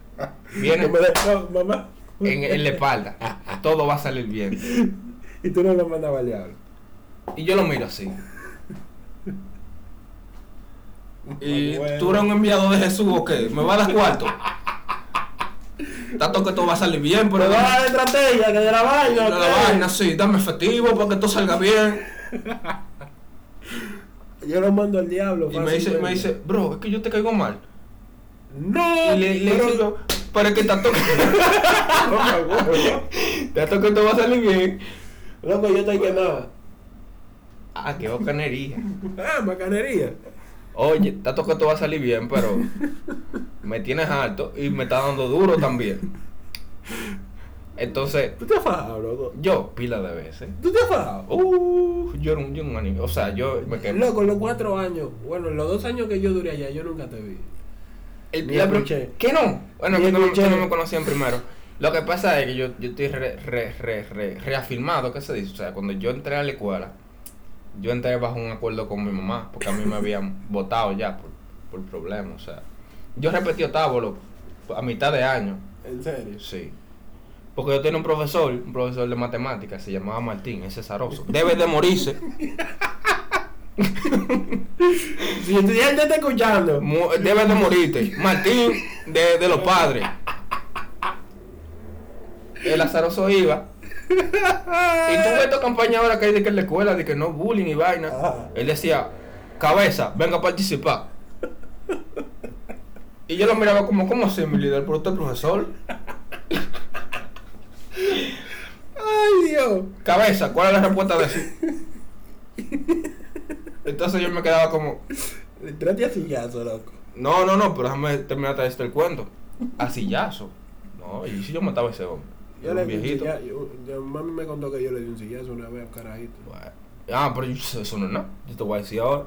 Que viene me dé- no, mamá. en, en la espalda. Todo va a salir bien. Y tú no lo mandabas al diablo. Y yo lo miro así. Y Bueno. tú eres un enviado de Jesús o qué? ¿Me va a dar cuarto? Tanto que todo va a salir bien, pero Pero va a la estrategia, que de la vaina. la ¿ok? vaina, sí, dame efectivo para que todo salga bien. Yo lo mando al diablo. Y me dice, fácilmente. me dice, bro, es que yo te caigo mal. No, Y le, le pero- digo yo, pero es que tanto que, tanto que todo va a salir bien. Loco, yo estoy quemado. Ah, qué bacanería. Ah, bacanería. Oye, tanto que todo va a salir bien, pero me tienes alto y me está dando duro también. Entonces, Tú te has fajado, loco. yo, pila de veces. Tú te has fajado. Uh, yo era un, yo era un anime. O sea, yo me quedé. Loco, en los cuatro años, bueno, en los dos años que yo duré allá, yo nunca te vi. El, Ni la- escuché. ¿Qué no? Bueno, Ni que no, me- escuché. que no me conocían primero. Lo que pasa es que yo, yo estoy re- re- re- re- reafirmado, ¿qué se dice? O sea, cuando yo entré a la escuela, yo entré bajo un acuerdo con mi mamá, porque a mí me habían votado ya por, por problemas. O sea, yo repetí octavo, loco, a mitad de año. En serio. Sí. Porque yo tenía un profesor, un profesor de matemáticas, se llamaba Martín, ese zaroso. Debe de morirse. Si el estudiante está escuchando, Mu- Debes de morirte. Martín de, de los padres. El azaroso iba. Y tú ves esta campaña ahora que hay de que en la escuela, de que no bullying y vaina. Ajá. Él decía, cabeza, venga a participar. Y yo lo miraba como, ¿cómo así, mi líder? ¿Pero usted es profesor? ay Dios. Cabeza, ¿cuál es la respuesta de eso? Entonces yo me quedaba como, Entrate a sillazo, loco. No, no, no, pero déjame terminar de este el cuento. A sillazo. No, y si yo mataba a ese hombre. Yo Era le un di un viejito. sillazo. yo- yo- Mami me contó que yo le di un sillazo una vez a un carajito. Bueno. Ah, pero yo- eso no es nada. Yo te voy a decir ahora.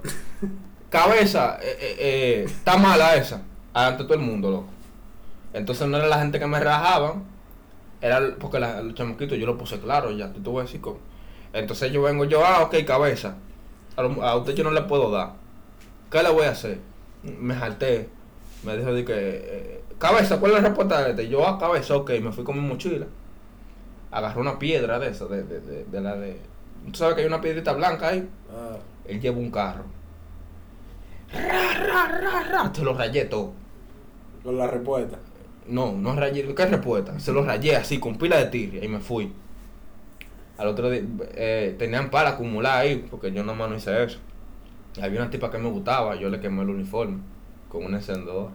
Cabeza, eh, eh, eh, está mala esa. Ante todo el mundo, loco. Entonces no era la gente que me relajaban. Era el- porque la- los chamaquitos yo lo puse claro ya. Yo te voy a decir cómo. Entonces yo vengo yo, ah, ok, cabeza. A, lo- a usted yo no le puedo dar. ¿Qué le voy a hacer? Me jalté. Me dijo de que, eh, cabeza, ¿cuál es la respuesta de este? Yo, ah, cabeza, ok, me fui con mi mochila. Agarró una piedra de esa, de, de, de, de la de... Tú sabes que hay una piedrita blanca ahí. Ah, Él lleva un carro. Ra, ra, ra, ra. Te lo rayé todo. con la respuesta. No, no rayé. ¿Qué respuesta? Se lo rayé así, con pila de tirria y me fui. Al otro día, eh, tenían para acumular ahí, porque yo nomás no hice eso. Y había una tipa que me gustaba, yo le quemé el uniforme con un encendedor.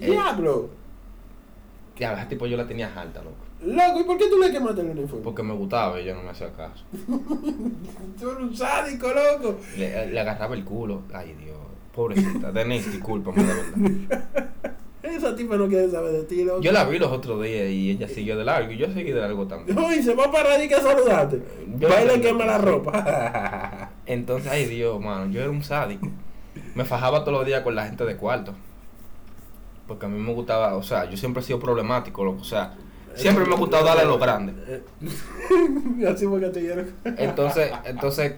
Eh. ¡Diablo! Y a ese tipo yo la tenía alta, loco. Loco, ¿y por qué tú le quemaste el uniforme? Porque me gustaba y yo no me hacía caso. Tú eres un sádico, loco. Le, le agarraba el culo. Ay, Dios. Pobrecita. Denise, discúlpame, de verdad. Esa tipa no quiere saber de ti, loco. Yo la vi los otros días y ella siguió de largo y yo seguí de largo también. Uy, se va para ahí que saludarte. Yo Va y le también. quema la ropa. Entonces, ay Dios, mano, yo era un sádico. Me fajaba todos los días con la gente de cuarto. Porque a mí me gustaba, o sea, yo siempre he sido problemático, loco. O sea, siempre me ha gustado darle a los grandes. Así porque te quiero. Entonces, entonces,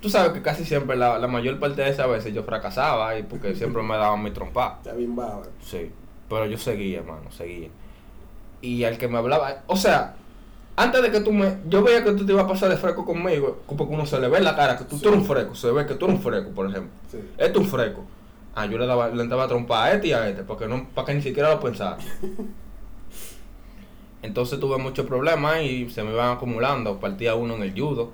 tú sabes que casi siempre, la, la mayor parte de esas veces yo fracasaba y porque siempre me daban mi trompa. Está bien bárbaro. Sí, pero yo seguía, mano, seguía. Y al que me hablaba, o sea, antes de que tú me. Yo veía que tú te ibas a pasar de fresco conmigo, porque uno se le ve en la cara que tú, tú eres un fresco, se ve que tú eres un fresco, por ejemplo. Sí. Este es un fresco. Ah, yo le daba, le daba trompa a este y a este, para que, no, para que ni siquiera lo pensara. Entonces tuve muchos problemas y se me iban acumulando. Partía uno en el judo.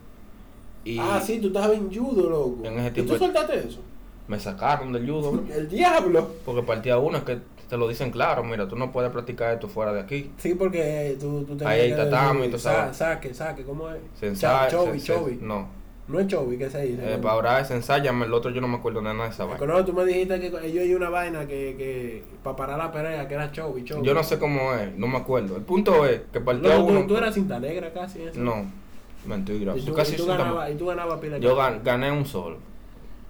Y Ah, sí, tú estabas en judo, loco. En ese ¿Y tú tiempo- soltaste eso? me sacaron del judo, bro. El diablo. Porque partía uno es que te lo dicen claro, mira, tú no puedes practicar esto fuera de aquí. Sí, porque tú, tú Ahí hay tatami, tú Sa- sabes. Saque, saque, ¿cómo es? Se Cha- ensaya, Chobi, se- se- chobi. No. No, es chobi, ¿qué se dice? eh, para orar se ensaya, el otro yo no me acuerdo de nada de esa vaina. Conoce, tú me dijiste que ellos hay una vaina que, que para parar la pelea, que era chobi, chobi. Yo no sé cómo es, no me acuerdo. El punto es que partía No, tú, uno. tú eras cinta negra casi. eso. No, mentira. Y tú, Casi y tú sin tamaño. ganabas, y tú ganabas pila de Yo cosas. gan- gané un sol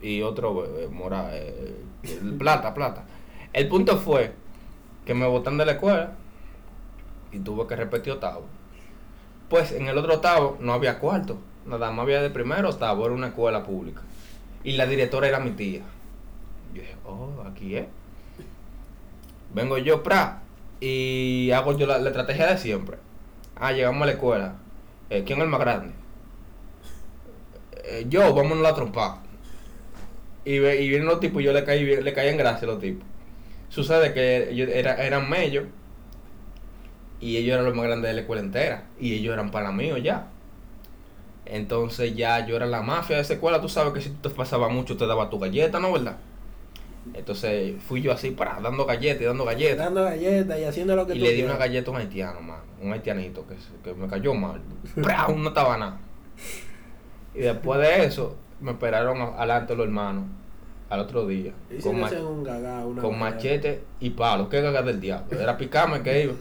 y otro eh, mora, eh, el plata, plata. El punto fue que me botan de la escuela y tuve que repetir octavo. Pues en el otro octavo no había cuarto, nada más había de primero octavo, era una escuela pública. Y la directora era mi tía. Yo dije, oh, aquí es. Vengo yo, pra, y hago yo la, la estrategia de siempre. Ah, llegamos a la escuela. Eh, ¿Quién es el más grande? eh, yo, vámonos a la trompa. Y, ve- y vienen los tipos y yo le caí, bien- le caí en gracia a los tipos. Sucede que yo era, eran mellos y ellos eran los más grandes de la escuela entera. Y ellos eran para míos ya. Entonces ya yo era la mafia de esa escuela. Tú sabes que si tú te pasabas mucho te daba tu galleta, ¿no? ¿Verdad? Entonces fui yo así para dando galletas y dando galletas. Dando galletas y haciendo lo que Y tú le di una quieras. galleta a un haitiano, man. Un haitianito que, se- que me cayó mal. ¡Pra! Una tabana. Y después de eso, me esperaron a- adelante los hermanos. Al otro día. Y si Con, le ma- hacen un gagá, una con vaina. machete y palo. ¿Qué gaga del diablo? Era picarme que iba.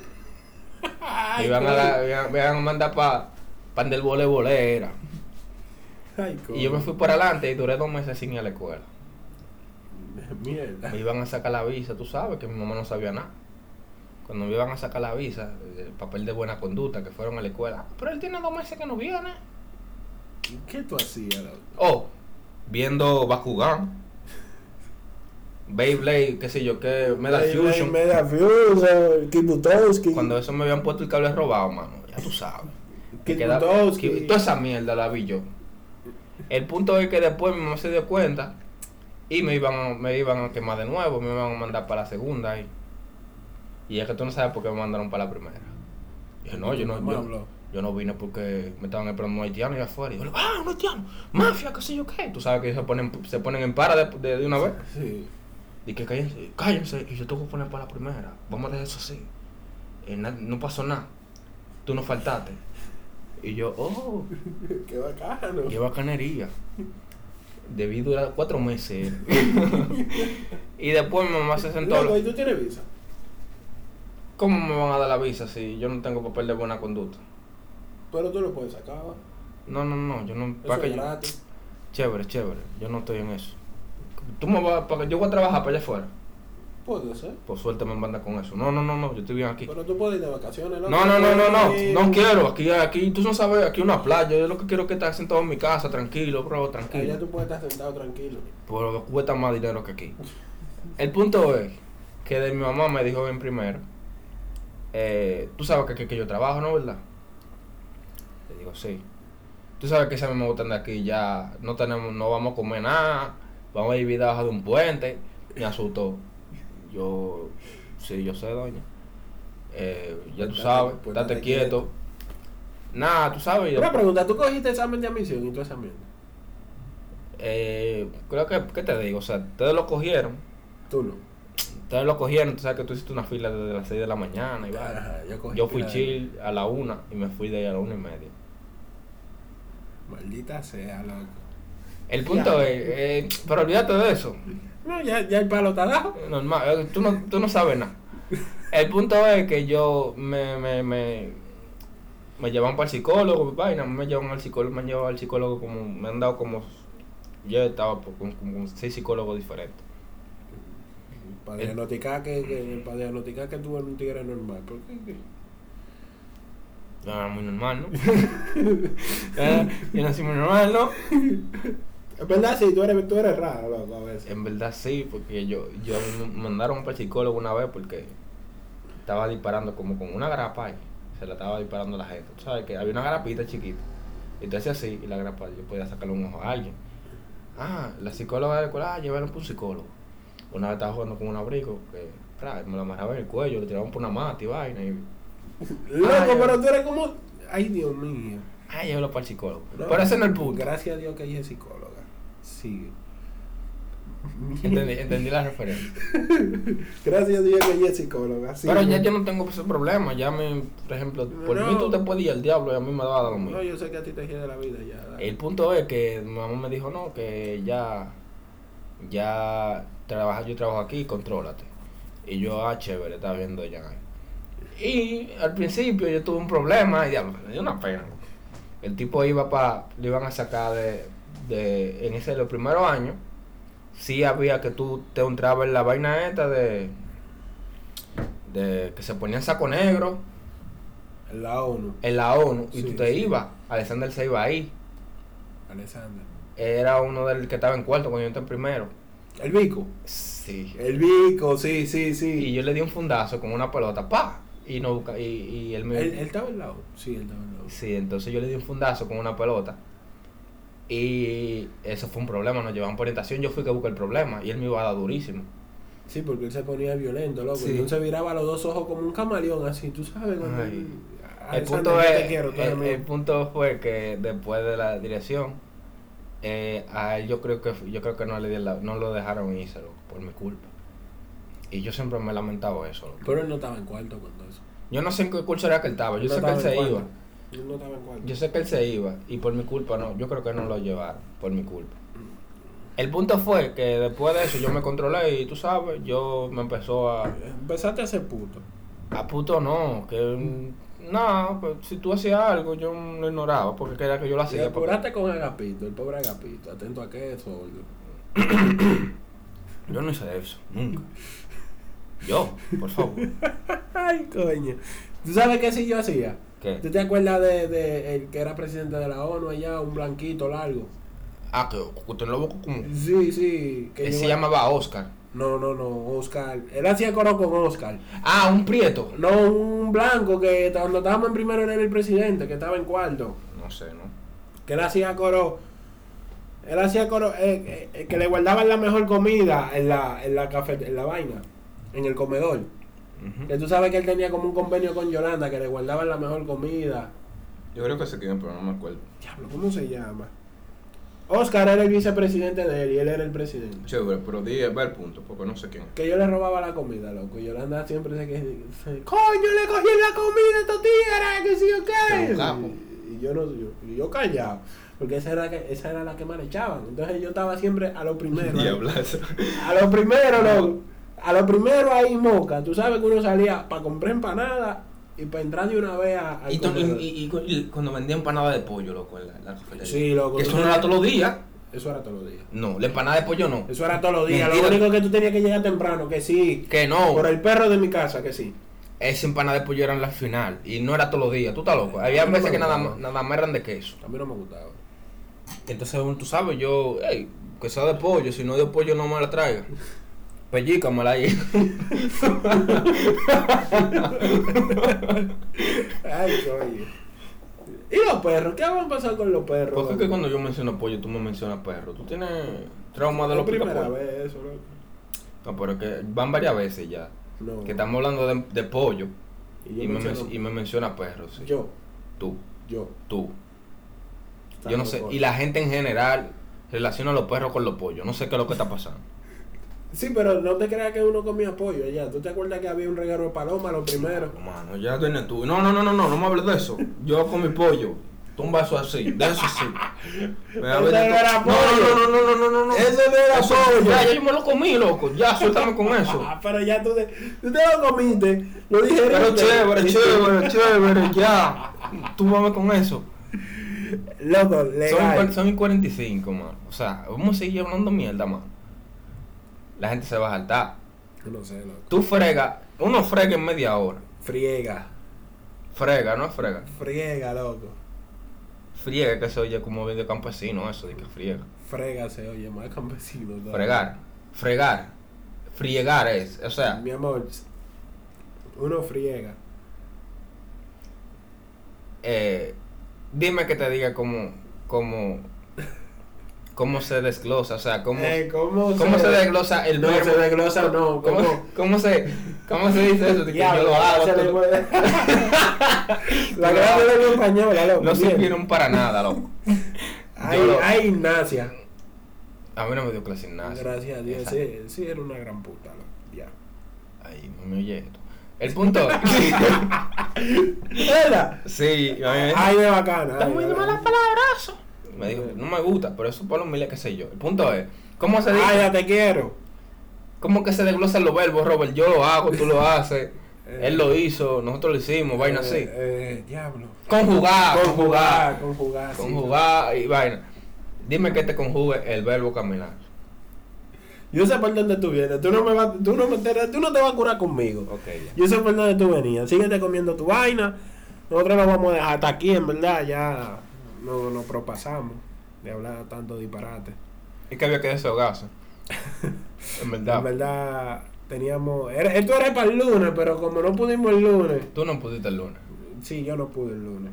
Ay, Me iban, a coño. dar- me iban- me iban a mandar para pan del vole bolera. Ay, Y yo me fui para adelante y duré dos meses sin ir a la escuela. coño. Mierda. Me iban a sacar la visa, tú sabes que mi mamá no sabía nada. Cuando me iban a sacar la visa, el papel de buena conducta, que fueron a la escuela. Pero él tiene dos meses que no viene. ¿Qué tú hacías, loco? Oh, viendo Bakugan. Beyblade, qué sé yo qué, Metal Ay, Fusion. ay, Metal Fusion, Kibutowski. Cuando eso me habían puesto el cable robado, mano. Ya tú sabes. Que queda- Kibutowski. que- toda esa mierda la vi yo. El punto es que después mi mamá se dio cuenta y me iban, a- me iban a quemar de nuevo, me iban a mandar para la segunda ahí. Y es que tú no sabes por qué me mandaron para la primera. Y Dije, no, yo no, Mamá yo, habló. yo no vine porque me estaban esperando un haitiano allá afuera. Y yo, ah, un haitiano, mafia, qué sé yo qué. Tú sabes que ellos se ponen, se ponen en para de, de- de una vez. Sí. Y que cállense, cállense. Y yo tengo que poner para la primera. Vamos a dejar eso así. Eh, na- no pasó nada. Tú no faltaste. Y yo, oh, Qué bacano. qué bacanería. Debí durar cuatro meses. y después mi mamá se Loco, sentó. ¿y tú tienes visa? ¿Cómo me van a dar la visa si yo no tengo papel de buena conducta? Pero tú lo puedes sacar. ¿va? No, no, no. Yo no. Eso ¿para qué es yo- gratis. Chévere, chévere. Yo no estoy en eso. Tú me vas, para que yo voy a trabajar para allá afuera. Puede ser. Por suerte me mandan con eso. No, no, no, no. Yo estoy bien aquí. Pero tú puedes ir de vacaciones, loco. No, no, no, no, no, Puedes ir- no quiero, aquí, aquí, tú no sabes, aquí una playa, yo lo que quiero es que estés sentado en mi casa, tranquilo, bro, Allá tranquilo. tú puedes estar sentado tranquilo. Pero cuesta más dinero que aquí. El punto es que de mi mamá me dijo en primero, eh, tú sabes que aquí que yo trabajo, ¿no, verdad? Le digo, sí. Tú sabes que si a mí me botan de aquí ya no tenemos, no vamos a comer nada, vamos a vivir debajo de un puente. Me asustó. Yo, sí, yo sé, doña. Eh, ya tú Estate- sabes, pues, estate estate quieto. quieto. Nada, tú sabes. y Una después- pregunta, ¿tú cogiste examen de admisión y toda esa mierda? eh, creo que, ¿qué te digo? O sea, ustedes lo cogieron, Tú no. ustedes lo cogieron, tú sabes que tú hiciste una fila desde las 6 de la mañana y va. Ajá, yo cogí Yo fui pila de- chill a la una y me fui de ahí a la una y media. Maldita sea, loco. El punto Ya. es, eh, pero olvídate de eso. No, ya, ya el palo está dado. Eh, Normal, eh, tú no, tú no sabes nada. El punto es que yo me, me, me, me llevan para el psicólogo, mi vaina, me llevan al psicólogo, me han llevado al psicólogo como, me han dado como, yo estaba por- con, con- con seis psicólogos diferentes. Para El- diagnosticar que, que, para diagnosticar que tú eres un tigre normal. ¿Por qué? qué? Yo era muy normal, ¿no? Eh, yo nací muy normal, ¿no? Es verdad, sí, tú eres, tú eres raro, loco, a veces. En verdad sí, porque yo, yo me mandaron para el psicólogo una vez porque estaba disparando como con una grapa ahí. Se la estaba disparando a la gente. Tú sabes que había una grapita chiquita. Y tú hacías así y la grapa yo podía sacarle un ojo a alguien. Ah, la psicóloga de la escuela, ah, llevaron para un psicólogo. Una vez estaba jugando con un abrigo que pra, me lo amarraba en el cuello, le tiraban por una mata y vaina. Y, Loco, Ay, pero tú eres como. Ay, Dios mío. Ah, llévalo para el psicólogo. No, Pero ese no es el punto. Gracias a Dios que ella es psicóloga. Sigue. Entendí, entendí la referencia. Gracias a Dios que ella es psicóloga. Sigue. Pero ya yo no tengo ese problema. Ya me, por ejemplo, por No. mí tú te puedes ir al diablo y a mí me daba lo mismo. No, yo sé que a ti te gira la vida ya. dale. El punto es que mi mamá me dijo, no, que ya, ya, trabaja, yo trabajo aquí, contrólate. Y yo, ah, chévere, está viendo ya. Y al principio yo tuve un problema, y diablo, me dio una pena. El tipo iba para, le iban a sacar de, de, en ese, de los primeros años, sí había que tú te entrabas en la vaina esta de, de que se ponían saco negro La ONU. en la ONU, y Sí, tú te sí. ibas, Alexander se iba ahí. Alexander. Era uno del que estaba en cuarto cuando yo entré en primero. El bico. Sí. El bico, sí, sí, sí. Y yo le di un fundazo con una pelota, pa. Y no busca- y, y él me. ¿Él, él estaba en la ONU. Sí, él estaba en la ONU. Sí, entonces yo le di un fundazo con una pelota. Y eso fue un problema, nos llevaban por orientación, yo fui que busqué el problema y él me iba a dar durísimo. Sí, porque él se ponía violento, loco. Sí. Entonces viraba los dos ojos como un camaleón, así, tú sabes. Cuando... Ay. Ah, El Alexander, punto, yo es, te quiero, tú eres el, mío. el punto fue que después de la dirección, eh, a él yo creo que yo creo que no le di la- no lo dejaron irse loco, por mi culpa. Y yo siempre me he lamentado eso. loco. Pero él no estaba en cuarto cuando eso. Yo no sé en qué curso era que él estaba, yo Él no sé que él estaba se en cuarto. iba. Él no estaba en cuarto. Yo sé que él se iba y por mi culpa no, yo creo que no lo llevaron, por mi culpa. El punto fue que después de eso yo me controlé y tú sabes, yo me empezó a... Empezaste a ser puto. A puto no, que... mm, No, pues, si tú hacías algo yo lo ignoraba porque quería que yo lo Y hacía. porque- apuraste con Agapito, el pobre Agapito. Atento a que eso. boludo. Yo no hice eso, nunca. Yo, por favor. Ay, coño. ¿Tú sabes qué sí yo hacía? ¿Tú ¿Qué? te acuerdas de, de el que era presidente de la ONU allá, un blanquito largo? Ah, que usted lo buscó como... Sí, sí. que Él se llegó- llamaba Oscar. No, no, no, Oscar. Él hacía coro con Oscar. Ah, un prieto. No, un blanco que cuando estábamos en primero era el presidente, que estaba en cuarto. No sé, ¿no? Que él hacía coro. Él hacía coro. eh, eh, eh, que le guardaban la mejor comida en la, en la cafe- en la vaina, en el comedor. Ujú. Que tú sabes que él tenía como un convenio con Yolanda, que le guardaban la mejor comida. Yo creo que se quedó, pero no me acuerdo. Diablo, ¿cómo se llama? Oscar era el vicepresidente de él y él era el presidente. Chévere, pero di, va el punto, porque no sé quién Que yo le robaba la comida, loco. y Yolanda siempre se que se- ¡Coño, le cogí la comida a estos tigres! ¡Que sí o Pero qué! un capo. Y, y yo no yo, y yo callado. Porque esa era, la que- esa era la que más le echaban. Entonces yo estaba siempre a lo primero. Y ahí. hablas. a lo primero, loco. A lo primero ahí moca. Tú sabes que uno salía para comprar empanadas y para entrar de una vez a, al Y, to- y- comedor. y- y cu- y cuando vendían empanada de pollo, loco, en la, en la cafetería. Sí, loco. Que Eso no era todos los días. Eso era todos los días. No, la empanada de pollo no. Eso era todos los días. Mentira. Oh. Lo único que tú tenías que llegar temprano, que sí. Que no. Por el perro de mi casa, que sí. Esa empanada de pollo era en la final. Y no era todos los días. Tú estás loco. Había No, veces no, que no, nada, no. más- nada más eran de queso. A mí no me gustaba. Entonces, bueno, tú sabes, yo, hey, que sea de pollo. Si no de pollo, no me la traiga. Pellícamela ahí. Ay, coño. ¿Y los perros? ¿Qué van a pasar con los perros? Porque es que loco? cuando yo menciono pollo, tú me mencionas perro. Tú tienes trauma de Es los primera picaporcos. vez eso, loco. No, pero es que van varias veces ya. No. Que estamos hablando de, de pollo. Y yo Y me, menciono- men- y me menciona perros. sí. Yo, Tú, yo. tú. Yo no sé. Tampoco. Y la gente en general relaciona a los perros con los pollos. No sé qué es lo que está pasando. Sí, pero no te creas que uno comía pollo allá. ¿Tú te acuerdas que había un regalo de paloma lo primero? Mano, ya tienes tú. No, no, no, no, no, no me hables de eso. Yo con mi pollo. Tumba eso así, de eso así. Me Eso no era no, no, pollo. no, no, no, no, no, no. Eso no era Eso- pollo. Ya, ya yo me lo comí, loco. Ya, suéltame con eso. Ah, pero ya tú te, tú te lo comiste. Lo dije. Pero chévere, chévere, chévere, ya. Túmbame con eso. Loco, Son, legal. cuar- son 45, mano. O sea, vamos a seguir hablando mierda, mano. La gente se va a saltar. Yo No sé, loco. Tú frega, uno frega en media hora. Friega. Frega, no es frega. Friega, loco. Friega, que se oye como video campesino, eso, de que friega. Frega se oye más campesino. ¿no? Fregar, fregar, friegar es. O sea, Mi amor, uno friega. eh, dime que te diga como, como, ¿Cómo se desglosa? O sea, ¿cómo, Eh, ¿cómo, cómo se desglosa el No, verbo? se desglosa o no. ¿Cómo, ¿Cómo? cómo se, ¿Cómo se dice eso? De que yo Diablo, lo hago, se tú le lo- fue. La No. gran lengua española, loco. No bien. sirvieron para nada, loco. Ay, Yo lo- ay, Ignacia. A mí no me dio clase en nada. Gracias a Dios. Exacto. Sí, sí, era una gran puta, loco. Ya. Ay, no me oye esto. El punto. ¿Verdad? sí, a mí me Ay, de bacana. ¿Eh? Está ay, muy de de malas bacana. palabras. Me dijo, no me gusta, pero eso para los que sé yo. El punto es, ¿cómo se dice? Ay, ya te quiero. ¿Cómo que se desglosan los verbos, Robert? Yo lo hago, tú lo haces. Él lo hizo, nosotros lo hicimos, vaina Ah, Eh, así. Eh, diablo. Conjugar, conjugar, Conjugar, sí. conjugar y vaina. Dime que te conjugue el verbo caminar. Yo sé por dónde tú vienes. Tú no, me vas, tú, no me, te- tú no te vas a curar conmigo. Ok, ya. Yo sé por dónde tú venías. Síguete comiendo tu vaina. Nosotros lo vamos a dejar hasta aquí, en verdad. Ya no nos propasamos de hablar tanto disparate. Es que había que desahogarse. En verdad. En verdad, teníamos. era- Esto era para el lunes, pero como no pudimos el lunes. Tú no pudiste el lunes. Sí, yo no pude el lunes.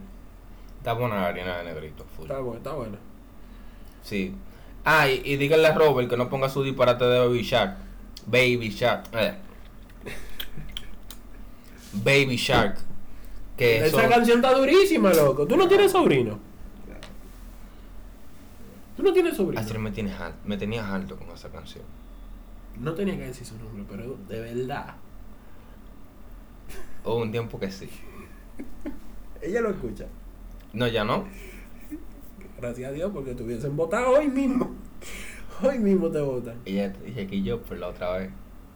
Está buena la harina de negrito. full. Está bueno, está bueno. Sí. Ah, y, y díganle a Robert que no ponga su disparate de Baby Shark. Baby Shark. Eh. Baby Shark. Que eso. Esa canción está durísima, loco. Tú no tienes sobrino. Tú no tienes sobrino. Ayer Ah, me, tienes al- me tenías alto con esa canción. No tenía que decir su nombre, pero de verdad. Hubo un tiempo que sí. Ella lo escucha. No, ya no. Gracias a Dios porque te hubiesen votado hoy mismo. Hoy mismo te votan. Ella dije que yo por la otra vez.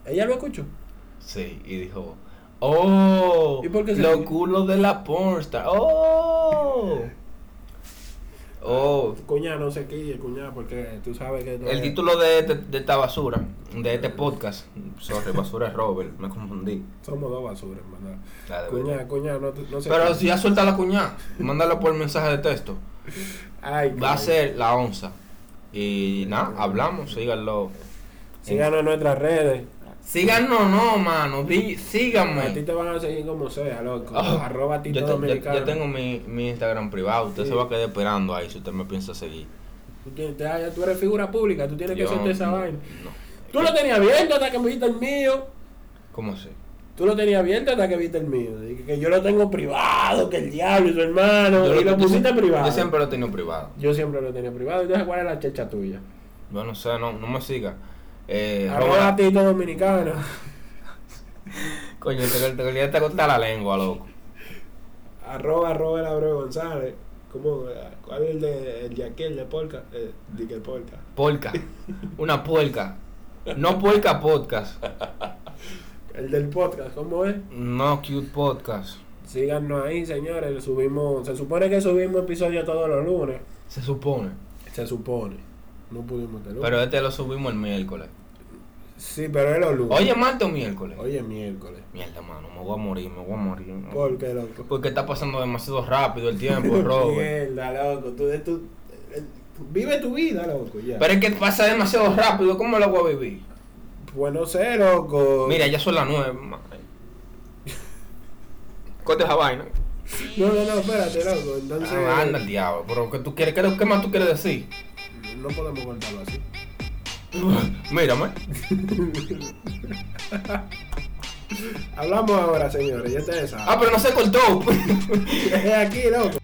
Ella lo escuchó. Sí. Y dijo. Oh, ¿Y por qué se los ríe? culos de la pornstar. Oh, oh, Cuñada, Pues, no sé qué, cuñada, porque tú sabes que... no El es- título de, este- de esta basura, de este podcast, sorry, basura es Robert, me confundí. Somos dos basuras, hermano. La de verdad. Cuñada, cuñada, no, te- no sé... Pero si ya suelta la cuñada, mándala por mensaje de texto. Ay, Va a coño. ser la onza. Y nada, hablamos, síganlo. Síganos en nuestras redes. Síganos, no, mano, di- A ti síganme. te van a seguir como sea, loco. Oh, Arroba Mm. Yo, te- Tito yo- Dominicano. yo tengo mi, mi Instagram privado, usted Sí. se va a quedar esperando ahí si usted me piensa seguir. Tú, tienes- te- ya tú eres figura pública, tú tienes Yo- que hacerte esa vaina. no. Eh, Tú lo tenías abierto hasta que viste el mío. ¿Cómo así? Tú lo tenías abierto hasta que viste el mío. Dije Que yo lo tengo privado, que el diablo y su hermano. Yo y lo, yo pusiste siempre- privado. Yo siempre lo he tenido privado. Yo siempre lo tenía privado. Entonces, ¿cuál es la checha tuya? Yo no sé, no, no me siga. Eh, Robert- Arroba Tito Dominicano. Coño, te, te, te, te corta la lengua, loco. Arroba Robert Abreu González. ¿Cómo? ¿Cuál es el de, el de aquel, de Polka? Eh, de que Polka. Polka. Una puerca. No puerca podcast. El del podcast, ¿cómo es? No cute podcast. Síganos ahí, señores. Subimos, se supone que subimos episodios todos los lunes. Se supone. Se supone. No pudimos tener. Pero este lo subimos el miércoles. Sí, pero es los lunes. Oye, martes o miércoles. Hoy es miércoles. Mierda, mano. Me voy a morir, me voy a morir. ¿no? ¿Por qué, loco? Porque está pasando demasiado rápido el tiempo, Robert. Mierda, loco. Tú, tú- eh, vive tu vida, loco, ya. Pero es que pasa demasiado rápido. ¿Cómo lo voy a vivir? Pues no sé, loco. Mira, ya son las nueve. madre. Corta esa vaina. No, no, no, espérate, loco. Entonces, Ah, anda el diablo. Pero ¿qué, tú quieres, qué, qué más tú quieres decir? no podemos cortarlo así. Mírame. Hablamos ahora, señores. Ya te saben. pues, Ah, pero Ah, no se cortó. Es aquí, loco.